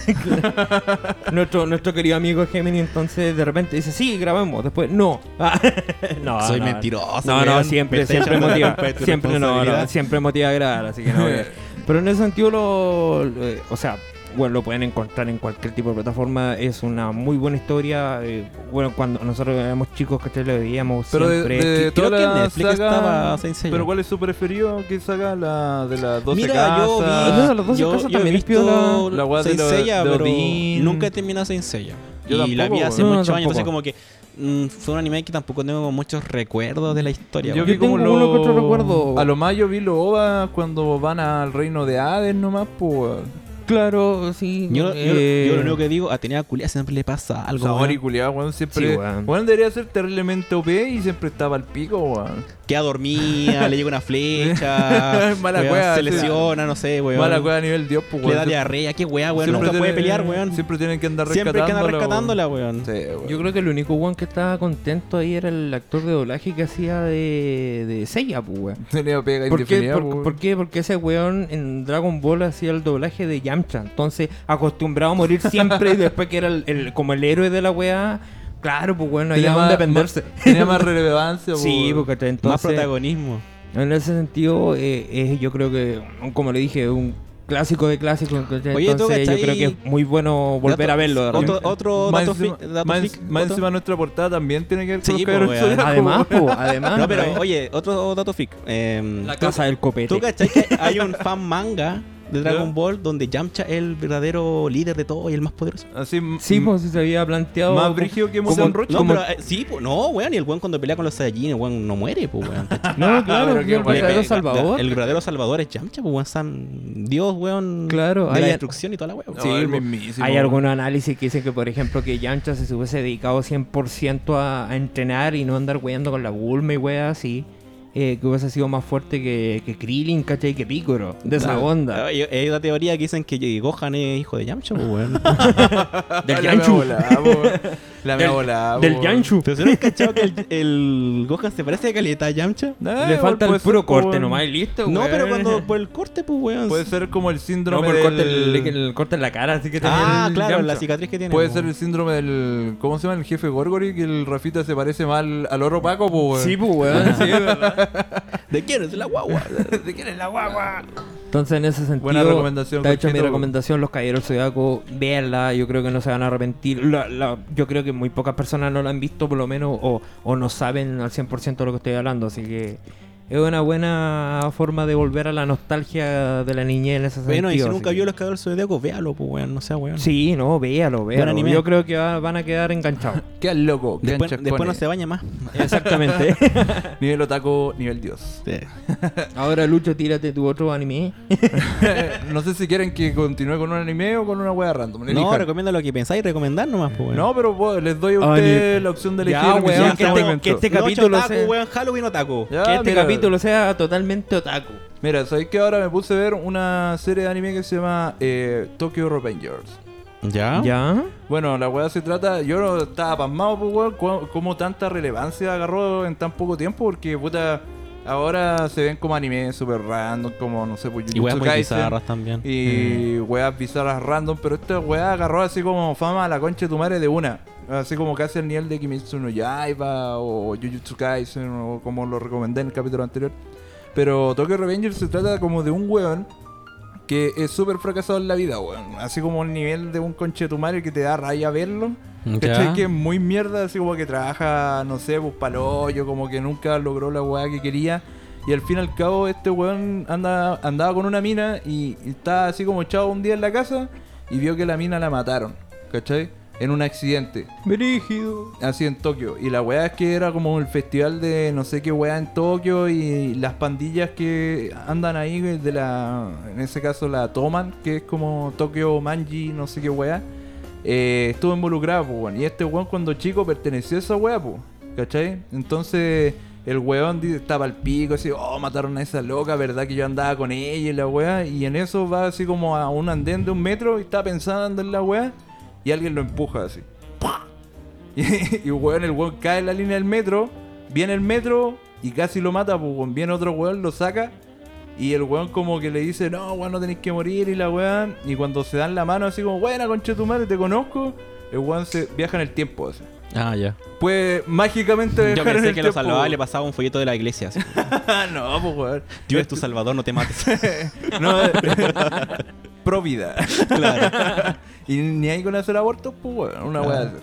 S3: [laughs] nuestro, nuestro querido amigo Gemini entonces de repente dice, sí, grabemos. Después, no. [laughs] Ah, no
S4: Soy
S3: no,
S4: mentiroso.
S3: No, no,
S4: weón. Me
S3: siempre,
S4: está
S3: siempre
S4: echando la
S3: motiva.
S4: culpa de tu
S3: Siempre, no, no,
S4: responsabilidad.
S3: siempre motiva a grabar, así que no.
S4: [laughs]
S3: voy a- Pero en ese sentido, lo, lo- eh, o sea, bueno, lo pueden encontrar en cualquier tipo de plataforma. Es una muy buena historia. eh, bueno, cuando nosotros éramos chicos, que lo veíamos
S1: Pero de,
S3: siempre.
S1: de
S4: Creo
S1: toda
S4: que en
S1: la
S4: Netflix
S1: saga-
S4: estaba Saint Seiya.
S1: Pero ¿cuál es su preferido? ¿Qué saga? La de las 12
S4: Mira,
S1: casas.
S4: yo vi.
S3: No, las 12
S4: yo,
S3: casas
S4: yo
S3: también
S4: he
S3: les pido
S4: visto
S1: la- la weá de
S4: Saint
S1: lo-
S4: Seiya,
S1: de
S4: pero
S1: Odín.
S4: nunca he terminado Saint Seiya.
S1: Yo
S4: y la
S1: tampoco,
S4: vi hace
S3: weón. No,
S4: muchos años,
S3: tampoco.
S4: entonces como que mm, fue un anime que tampoco tengo muchos recuerdos de la historia.
S1: Yo
S4: weón.
S1: vi
S3: Yo
S1: como
S3: tengo uno que otro recuerdo.
S1: A lo más yo vi los OVA cuando van al reino de Hades nomás, pues.
S3: Claro, sí.
S4: Yo, yo-
S3: eh,
S4: yo lo único que digo, a tener a culia siempre le pasa algo.
S1: Sabor y
S4: weón.
S1: culiado, weón. Siempre.
S3: Sí,
S1: weón.
S3: weón.
S1: debería ser terriblemente OP y siempre estaba al pico, weón.
S4: Queda dormida, le llega una flecha.
S1: [laughs] Mala
S4: weón,
S1: weá,
S4: Se
S1: sí.
S4: lesiona, no sé, weón.
S1: Mala weón a nivel dios, pues,
S4: Le da
S1: weón.
S4: diarrea, qué weá, weón.
S1: Siempre
S4: Nunca puede
S1: tienen-
S4: pelear, weón. Siempre,
S1: Siempre tienen que andar
S4: hay que andar
S1: rescatándola.
S4: rescatándola, weón.
S1: weón. Sí,
S3: Yo
S1: weón.
S3: creo que el único weón que estaba contento ahí era el actor de doblaje que hacía de, de Seiya, pues, weón.
S1: Tenía pega
S3: ¿Por qué?
S1: indefinida,
S3: Por-
S1: pues, weón.
S3: por qué? Porque ese weón en Dragon Ball hacía el doblaje de Yamcha. Entonces, acostumbrado a morir siempre y después que era el, el- como el héroe de la weá. Claro, pues bueno, había
S1: Tenía
S3: donde
S1: más-
S3: dependerse.
S1: más- [laughs] Tenía más relevancia, pues,
S3: sí,
S1: weón.
S3: porque te-
S4: Más
S3: entonces.
S4: protagonismo.
S3: en ese sentido, eh, es, yo creo que, como le dije, un clásico de clásicos. Entonces,
S4: Oye, ¿tú cachai?
S3: yo creo que es muy bueno volver
S4: Dato-
S3: a verlo. de
S4: Otro,
S3: repente.
S4: otro
S1: Más
S4: dato
S1: encima-
S4: freak- dato
S1: más-
S4: freak,
S1: Más
S4: otro-
S1: encima nuestra portada también tiene que ver con
S4: Sí,
S1: los
S4: pues,
S1: cabros
S4: weón.
S1: zodiacos,
S3: Además, po, además.
S1: Ah,
S4: No, pero
S3: ¿eh?
S4: oye, otro dato freak. Em,
S3: la casa del copete.
S4: ¿Tú cachai que
S1: [laughs]
S4: hay un fan manga de Dragon Ball donde Yamcha es el verdadero líder de todo y el más poderoso?
S1: Así,
S3: Sí,
S1: mm,
S3: pues si se había planteado.
S1: Más brígido que
S3: como-
S1: Musan Roche.
S4: No,
S3: como-
S4: pero eh, sí, po, no, weón, y el weón cuando pelea con los Saiyajin, el weón no muere, pues weón. ¿cachai?
S1: [laughs]
S3: No, claro,
S1: pero
S3: que
S1: qué
S3: el
S1: guay.
S3: verdadero
S1: Pe-
S3: salvador.
S4: El verdadero salvador es Yamcha, pues weón, San Dios, weón.
S3: Claro,
S4: de la
S3: hay-
S4: destrucción y toda la weón.
S1: no,
S3: Sí,
S1: el
S3: pues,
S1: mismísimo,
S3: Hay
S1: weón. [laughs]
S3: algunos análisis que dicen que, por ejemplo, que Yancha se hubiese dedicado 100% a, a entrenar y no andar weando con la Bulma y weas así. eh, que hubiese sido más fuerte que, que Krillin, ¿cachai? Que Picoro. De esa
S1: Claro.
S3: onda.
S4: Hay, hay una teoría que dicen que Gohan es hijo de Yamcha,
S3: [laughs]
S4: pues weón.
S1: La
S3: Del
S1: mea
S3: Yanchu.
S1: volada, weón.
S3: [laughs]
S1: La mea
S3: Del-
S1: volada,
S3: Del
S1: weón.
S3: Yanchu.
S4: Pero si no has cachado que el, el Gohan se parece a Caleta a Yamcha.
S1: Nah,
S3: Le
S1: weón,
S3: falta el
S1: puede
S3: puro
S1: ser, pues,
S3: corte
S1: weón.
S3: nomás y listo,
S4: No,
S3: weón.
S4: pero cuando por el corte, pues
S3: [laughs]
S4: weón.
S1: Puede ser como el
S3: No,
S1: síndrome
S3: por el corte,
S1: del...
S3: el, el corte en la cara, así que tenía
S4: Ah,
S3: el
S4: claro, la
S3: Yamcha.
S4: cicatriz que tiene.
S1: Puede
S4: po.
S1: ser el síndrome del... ¿Cómo se llama? El jefe Gorgory, que el Rafita se parece más al, al oro Paco, po, weón.
S3: Sí, pues, weón. sí, ¿verdad?
S4: ¿De quién es la guagua?
S1: [laughs] ¿De quién es la guagua?
S3: Entonces, en ese sentido,
S1: Buena recomendación,
S3: está hecha mi
S1: Conchito.
S3: recomendación, Los Caballeros Zodiaco, véanla, yo creo que no se van a arrepentir. La- la- yo creo que muy pocas personas no la han visto, por lo menos, o, o no saben al 100% lo que estoy hablando, así que es una buena forma de volver a la nostalgia de la niñez en ese sentido.
S4: Bueno, y si
S3: así
S4: nunca
S3: que-
S4: vio los caballos zodiacos, véalo, pues weón, no sea weón.
S3: Sí, no, véalo, véalo.
S4: anime.
S3: Yo creo que va- van a quedar
S4: [laughs]
S3: enganchados.
S1: Qué al loco, qué
S4: Después,
S1: anchas
S4: después no
S1: cones.
S4: se baña más. [laughs]
S3: Exactamente.
S1: Nivel otaku, nivel dios. [laughs]
S4: Este,
S3: Ahora, Lucho, tírate tu otro anime.
S1: Eh, no sé si quieren que continúe con un anime o con una wea random.
S4: No,
S1: Elijan.
S4: recomienda lo que pensáis y recomendar nomás, pues weón.
S1: No, pero po, les doy a
S3: Ah,
S1: ustedes
S3: ni-
S1: la opción de elegir.
S3: Ya,
S1: lo que
S3: weón,
S1: sea en
S3: que
S1: este
S3: este-
S1: momento.
S3: que este-
S4: Noche
S3: capítulo
S4: otaku,
S3: sea-
S4: weón, Halloween otaku.
S1: Ya,
S3: que este
S1: mira.
S3: capítulo sea totalmente otaku.
S1: Mira, ¿sabéis que ahora me puse a ver una serie de anime que se llama eh, Tokyo Revengers? ¿Ah?
S4: ¿Ya?
S3: ¿Ya?
S1: Bueno, la weá se trata. Yo no estaba pasmado, pues, weón, cu- cómo tanta relevancia agarró en tan poco tiempo, porque puta. Ahora se ven como anime super random, como no sé, pues
S4: Y weas
S1: Jujutsu
S4: muy
S1: Kaisen.
S4: bizarras también.
S1: Y weas bizarras random, pero esta weá agarró así como fama a la concha de tu madre de una. Así como casi al nivel de Kimetsu no Yaiba o Jujutsu Kaisen o como lo recomendé en el capítulo anterior. Pero Tokyo Revengers se trata como de un weón que es súper fracasado en la vida, weón. Así como el nivel de un conche de tu madre que te da raya verlo.
S4: Mm,
S1: ¿Cachai? Que es muy mierda, así como que trabaja, no sé, pues pa'l hoyo, como que nunca logró la weá que quería. Y al fin y al cabo, este weón anda, andaba con una mina y, y estaba así como echado un día en la casa y vio que la mina la mataron, ¿cachai? En un accidente,
S3: Brígido.
S1: así en Tokio. Y la weá es que era como el festival de no sé qué weá en Tokio y las pandillas que andan ahí, de la, en ese caso la toman, que es como Tokio Manji, no sé qué weá eh, estuvo involucrado, pues, weón. Y este weón cuando chico perteneció a esa weá, pues, ¿cachai? Entonces el weón dice, estaba al pico, así, oh, mataron a esa loca, ¿verdad? Que yo andaba con ella y la weá. Y en eso va así como a un andén de un metro y está pensando en la weá. Y alguien lo empuja así. ¡Pua! Y, [laughs] y, weón, el weón cae en la línea del metro, viene el metro y casi lo mata, pues, weón. Viene otro weón, lo saca. Y el weón como que le dice, no, weón, no tenéis que morir y la weón. Y cuando se dan la mano así como, buena concha de tu madre, te conozco. El weón se viaja en el tiempo así.
S4: Ah, ya.
S1: Puede mágicamente
S4: Yo
S1: viajar en
S4: pensé
S1: el
S4: que lo
S1: tiempo.
S4: salvaba y le pasaba un folleto de la
S1: [laughs]
S4: iglesia. así.
S1: no, pues weón.
S4: Dios es tu salvador, no te mates.
S1: No, [laughs] pro vida.
S3: [laughs]
S4: claro.
S1: Y ni ahí con hacer abortos, pues weón, una weá así.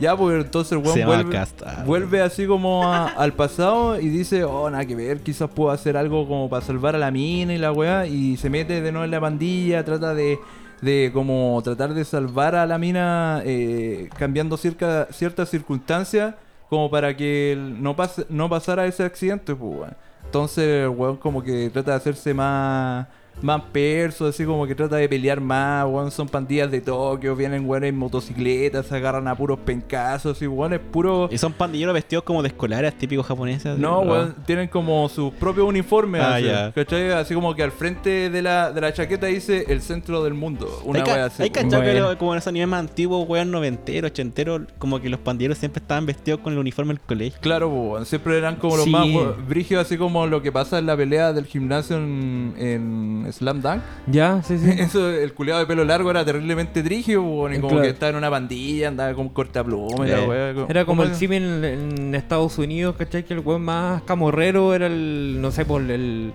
S1: Ya, pues entonces el weón
S4: Se va a
S1: vuelve,
S4: castar.
S1: vuelve así como a- al pasado y dice, oh, nada que ver, quizás puedo hacer algo como para salvar a la mina y la weá. Y se mete de nuevo en la pandilla, trata de, de como tratar de salvar a la mina eh, cambiando circa- ciertas circunstancias como para que el- no, pase, no pasara ese accidente, pues weón. Entonces el weón como que trata de hacerse más... más persos, así como que trata de pelear más, weón. Son pandillas de Tokio, vienen weones en motocicletas, se agarran a puros pencazos, y weón, es puro.
S4: Y son pandilleros vestidos como de escolares típicos japoneses.
S1: No,
S4: así,
S1: weón, tienen como sus propios uniformes,
S4: Ah,
S1: así,
S4: ya.
S1: ¿cachai? Así como que al frente de la, de la chaqueta dice el centro del mundo. Una
S4: hay ca-
S1: wea así.
S4: hay
S1: weón.
S4: cachado que
S3: Bueno.
S4: lo- como en esos animes más antiguos, weón, noventeros, ochenteros, como que los pandilleros siempre estaban vestidos con el uniforme del
S1: [laughs]
S4: colegio.
S1: Claro, po, weón. siempre eran como los
S3: Sí.
S1: más weón, brígidos, así como lo que pasa en la pelea del gimnasio en, en Slam Dunk.
S3: Ya, sí, sí.
S1: [laughs]
S3: Eh,
S1: Eso, el culeado de pelo largo era terriblemente trígido, weón, y como
S3: Claro.
S1: que estaba en una pandilla, andaba con cortapluma y la
S4: Eh,
S1: weá, co-
S3: Era como
S1: ¿cómo
S3: el Simi en, en Estados Unidos, ¿cachai? Que el weón más camorrero era el, no sé, por el,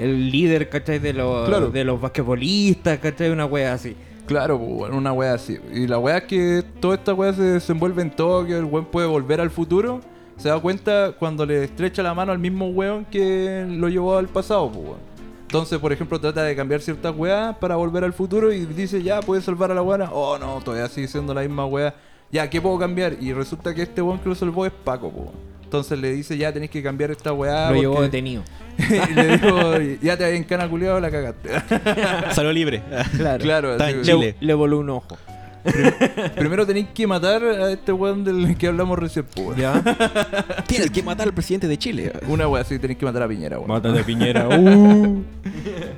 S3: el líder, ¿cachai? De los,
S1: Claro.
S3: de los basquetbolistas, ¿cachai? Una wea así.
S1: Claro, po, weón, una wea así. Y la wea es que toda esta wea se desenvuelve en Tokio, el weón puede volver al futuro. Se da cuenta cuando le estrecha la mano al mismo weón que lo llevó al pasado, po, weón. Entonces, por ejemplo, trata de cambiar ciertas weas para volver al futuro y dice, ya, puede salvar a la weona. Oh, no, todavía sigue siendo la misma wea. Ya, ¿qué puedo cambiar? Y resulta que este weón que lo salvó es Paco, po, weón. Entonces le dice, ya, tenés que cambiar esta weá.
S3: lo llevó
S1: Ah, porque-
S3: detenido.
S1: [laughs] y le dijo, ya te habían cana culiado, la cagaste.
S4: Salió libre.
S1: [laughs]
S3: Claro.
S1: claro,
S4: Está
S1: así
S4: en
S1: que-
S4: Chile.
S3: Le, le voló un ojo.
S1: primero tenéis que matar a este weón del que hablamos recién. po, weón.
S3: [laughs] ¿Ya?
S4: Tienes que matar al presidente de Chile.
S1: Una weá así, tenéis que matar a Piñera, weón.
S3: Mata de piñera. Uh.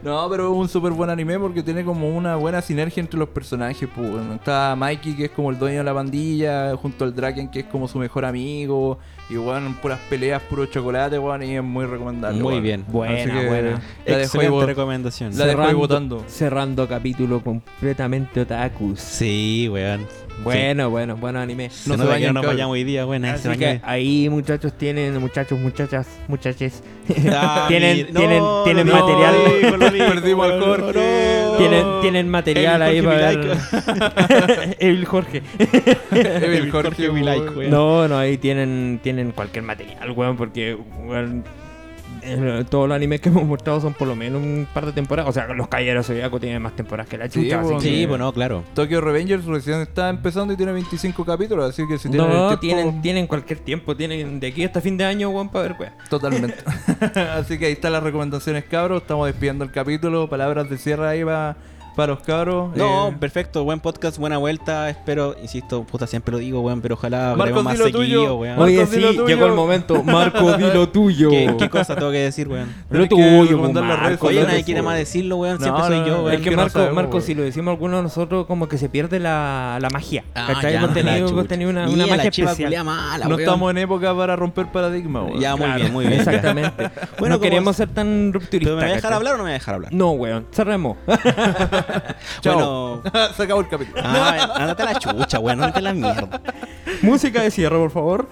S1: No, pero es un súper buen anime porque tiene como una buena sinergia entre los personajes. po, weón. Está Mikey, que es como el dueño de la pandilla, junto al Draken, que es como su mejor amigo. Y bueno, puras peleas, puro chocolate, weón, y es muy recomendable.
S4: Muy
S1: weón.
S4: bien.
S3: Buena,
S1: Así que La
S3: buena.
S1: dejo ahí,
S4: Excelente
S1: weón.
S4: recomendación.
S1: La dejo ahí votando.
S3: cerrando capítulo completamente otakus.
S4: Sí, weón.
S3: Bueno, bueno, bueno anime.
S4: No
S1: No
S4: se
S1: se
S4: nota que
S1: bañen,
S4: no nos
S1: cabrón.
S4: vayamos hoy día, weón.
S3: Así que ahí muchachos tienen, muchachos, muchachas, muchaches, [laughs] tienen- tienen- tienen material.
S1: Perdimos al Jorge, no.
S3: tienen, tienen material
S4: Oh. El
S3: ahí
S4: Jorge
S3: para
S4: [laughs]
S3: ver- [laughs] el Jorge.
S1: Evil
S4: Jorge
S1: Jorge,
S4: Vilaico,
S1: weón.
S4: weón.
S3: No, no, ahí tienen, tienen cualquier material, weón, porque weón, eh, todos los animes que [laughs] hemos mostrado son por lo menos un par de temporadas. O sea, los Caballeros Zodiaco tienen más temporadas que la
S1: Sí,
S3: chucha.
S1: weón.
S3: así que-
S4: Sí, bueno, pues claro.
S1: Tokyo Revengers recién está empezando y tiene 25 capítulos, así que si tienen el
S3: No,
S1: tiempo-
S3: tienen, tienen cualquier tiempo, tienen de aquí hasta fin de año, weón, para ver, weón.
S1: Totalmente. [laughs] Así que ahí están las recomendaciones, cabros. Estamos despidiendo el capítulo. Palabras de cierre ahí va para los cabros.
S4: No,
S1: Eh,
S4: perfecto, buen podcast, buena vuelta. Espero, insisto, puta, siempre lo digo, weón, pero ojalá
S1: Marcos,
S4: hablemos más
S1: di lo tuyo.
S4: seguido, weón.
S1: Marcos,
S3: Oye,
S1: di
S3: sí,
S1: lo tuyo.
S3: llegó el momento. Marco, di lo [laughs] tuyo.
S4: ¿Qué, qué cosa tengo que decir,
S3: [laughs]
S4: weón?
S3: Lo
S1: Tenés que
S3: tuyo, pues,
S1: recomendar las redes
S3: Marco.
S4: Oye,
S1: sociales,
S4: nadie
S1: pues,
S4: quiere más
S1: weón.
S4: decirlo, weón,
S1: No,
S4: siempre
S1: no,
S4: soy
S1: no,
S4: yo,
S1: no,
S4: weón.
S3: Es que
S1: que no
S3: Marco,
S1: sabemos,
S3: Marco
S1: weón.
S3: si lo decimos alguno de nosotros, como que se pierde la, la magia.
S4: Ah,
S3: ¿Cachai?
S4: ya,
S3: Vos tenés-
S4: [laughs] la
S3: vos
S4: chucha.
S3: tenés una, una
S4: Mira, la
S3: magia
S4: chiva
S3: especial.
S4: culia mala,
S1: No
S4: weón.
S1: estamos en época para romper paradigmas, weón.
S4: Ya, muy bien, muy bien. ya.
S3: Exactamente.
S4: Bueno,
S3: no
S4: como-
S3: queremos ser tan
S4: [laughs] ¿Pero
S3: rupturistas.
S4: me voy a dejar
S3: ¿cachai?
S4: hablar o no me voy a dejar hablar?
S3: No, weón.
S4: [laughs]
S3: Cerremos.
S1: Chao.
S4: Bueno.
S1: [laughs] Se acabó el capítulo.
S3: [laughs]
S4: Ah, ándate a la chucha, weón, ándate a la mierda.
S3: Música de cierre, por favor.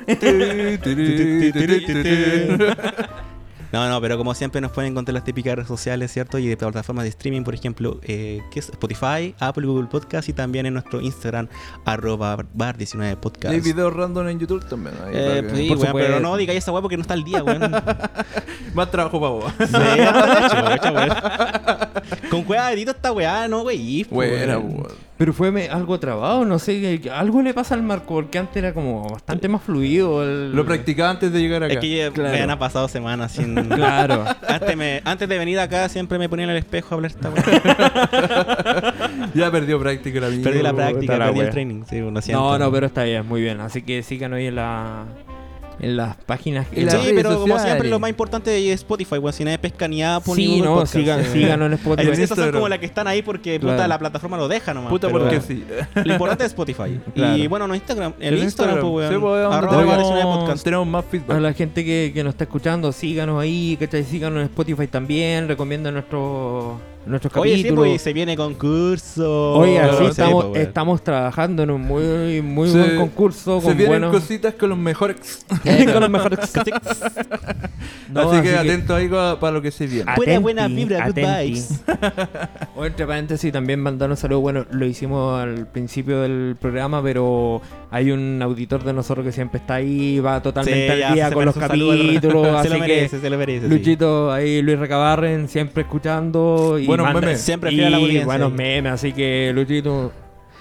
S4: No, no, pero como siempre nos pueden encontrar en las típicas redes sociales, ¿cierto? Y de plataformas de streaming, por ejemplo, eh, que es Spotify, Apple, Google Podcast y también en nuestro Instagram, arroba bar19podcast.
S1: Hay videos random en YouTube también. ahí,
S4: Eh,
S1: para
S4: pues
S1: que-
S4: sí,
S3: Por
S4: weón,
S3: supuesto.
S4: pero no digáis esa weá porque no está al día, weón.
S1: Más trabajo para vos.
S4: [laughs] Sí, chucha, weón. Con cueva edito esta weá, no, pues, wey.
S1: Buena, weón.
S3: Pero fue me- algo trabado, no sé. que- Algo le pasa al Marco, porque antes era como bastante más fluido. el-
S1: Lo practicaba antes de llegar acá.
S4: Es que ya
S3: Claro.
S4: me han pasado semanas sin.
S3: [laughs] Claro.
S4: Antes, me- antes de venir acá siempre me ponía en el espejo a hablar esta
S3: [laughs]
S4: weá.
S1: Ya perdió práctica la mía.
S4: Perdí la
S3: puta
S4: práctica,
S3: la
S4: perdí el
S3: wea.
S4: training. Sí, lo [laughs] siento.
S3: No, no, pero está bien, muy bien. Así que síganos ahí en, la, en las páginas.
S1: En las
S4: sí,
S1: redes
S4: pero como
S1: sociales.
S4: siempre lo más importante es Spotify, weón. Si nadie pesca ni Apple ni
S3: Sí,
S4: Google
S3: no,
S4: Podcast, [laughs]
S3: sigan,
S4: sí.
S3: síganos en
S4: Hay
S3: Spotify.
S1: en
S4: veces son
S1: Instagram.
S4: como las que están ahí porque puta,
S3: Claro.
S4: la plataforma lo deja nomás.
S1: Puta
S4: pero
S1: porque sí.
S3: [laughs]
S4: Lo importante es Spotify. Y
S3: Claro.
S4: bueno, no Instagram. El,
S1: En
S4: Instagram, pues, weón.
S1: Sí, pues, donde
S4: Arroba
S1: tenemos-
S4: Valenzuela Podcast.
S1: Tenemos más
S3: A
S1: feedback.
S3: la gente que, que nos está escuchando, síganos ahí, ¿cachai? Síganos en Spotify también, recomiendan nuestros nuestros
S4: Oye, sí,
S3: capítulos.
S4: pues, se viene concurso.
S3: Oiga,
S1: Claro,
S3: sí,
S1: sí,
S3: estamos,
S4: pues, weón.
S3: estamos trabajando en un muy, muy
S1: Se-
S3: buen concurso,
S1: Se
S3: con
S1: vienen
S3: buenos...
S1: cositas con los mejores.
S3: [laughs] con los mejores...
S4: [laughs]
S3: No,
S1: así, que atento ahí co- para lo que se viene.
S3: Ah.
S4: Buena, buena
S3: Atenti,
S4: vibra, good
S3: atenti.
S4: vibes.
S3: O entre paréntesis, también mandar un saludo. Bueno, lo hicimos al principio del programa, pero hay un auditor de nosotros que siempre está ahí, va totalmente
S4: Sí, ya,
S3: al día
S4: se
S3: con los
S4: merece un saludo al-
S3: capítulos.
S4: [laughs] Se lo
S3: así que,
S4: merece, se lo merece. sí.
S3: Luchito, ahí Luis Recabarren, siempre escuchando. Y
S1: Buenos
S3: manda-
S1: memes.
S4: Siempre
S3: y
S4: fiel a la audiencia.
S3: buenos memes, así que Luchito.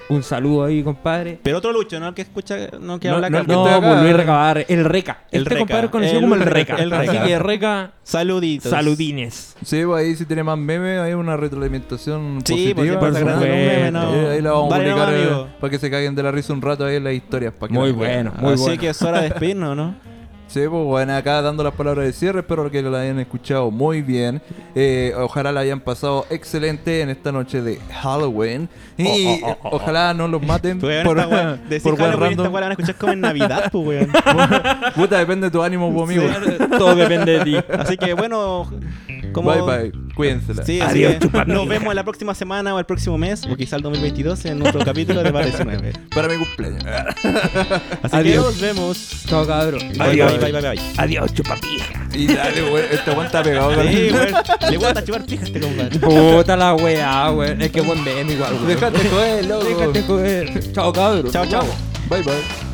S3: Un saludo ahí, compadre.
S4: Pero otro Lucho, no el que escucha, no el que
S3: no,
S4: habla
S3: no,
S4: acá.
S1: que
S3: no,
S1: está acá.
S3: con Luis Recabar, el Reca. El
S4: El
S3: este
S4: Reca,
S3: compadre es conocido
S4: el
S3: como el
S4: Reca,
S3: Reca.
S4: el
S3: Así
S4: Reca.
S3: que Reca,
S4: Saluditos.
S3: saludines.
S1: Sí, pues ahí si tiene más memes, hay una retroalimentación
S4: Sí, pues, porque
S1: positiva.
S4: siempre está grabando un meme,
S3: supuesto.
S4: ¿no?
S1: Eh, ahí la vamos
S4: Dale
S1: a
S4: nomás,
S1: publicar eh,
S4: amigo.
S1: para que se caguen de la risa un rato ahí en las historias. Para que
S3: Muy
S1: la-
S3: bueno,
S1: Ah,
S3: muy
S4: Así
S3: bueno.
S4: que es hora de despedirnos, ¿no?
S1: Sí, pues bueno, acá dando las palabras de cierre, espero que la hayan escuchado muy bien. Eh, ojalá la hayan pasado excelente en esta noche de Halloween. Y
S3: Oh, oh, oh, oh, oh.
S1: ojalá no los
S4: [laughs]
S1: maten
S4: Pues, weón,
S1: [laughs] por,
S4: esta weá-
S1: [laughs]
S4: decir
S1: por buen
S4: Halloween, esta
S1: random.
S4: weá la van a escuchar como en Navidad,
S1: [laughs]
S4: pues, weón.
S1: Puta, depende de tu ánimo, pues, amigo.
S3: Todo depende de ti.
S4: Así que, bueno, como...
S1: Bye, bye. Cuídensela.
S4: Sí, así
S5: Adiós,
S4: que
S5: chupapija.
S4: nos vemos la próxima semana o el próximo mes, o quizá el 2022, en nuestro capítulo de Bar 19.
S1: Para mi cumpleaños. [laughs]
S4: Así
S3: Adiós.
S4: que nos vemos.
S3: [laughs] Chao, cabrón.
S4: Bye,
S5: Adiós.
S4: bye, bye, bye, bye.
S5: Adiós, chupapija.
S1: Y dale, güey. Este weón está pegado con
S4: Sí, pues, weón. Le voy a chupar pija a este compadre.
S3: Puta la weá, weón. Es que buen meme igual, weón.
S1: Déjate joder, loco.
S3: Déjate joder. Chao, cabrón.
S4: Chao, chao.
S1: Bye, bye.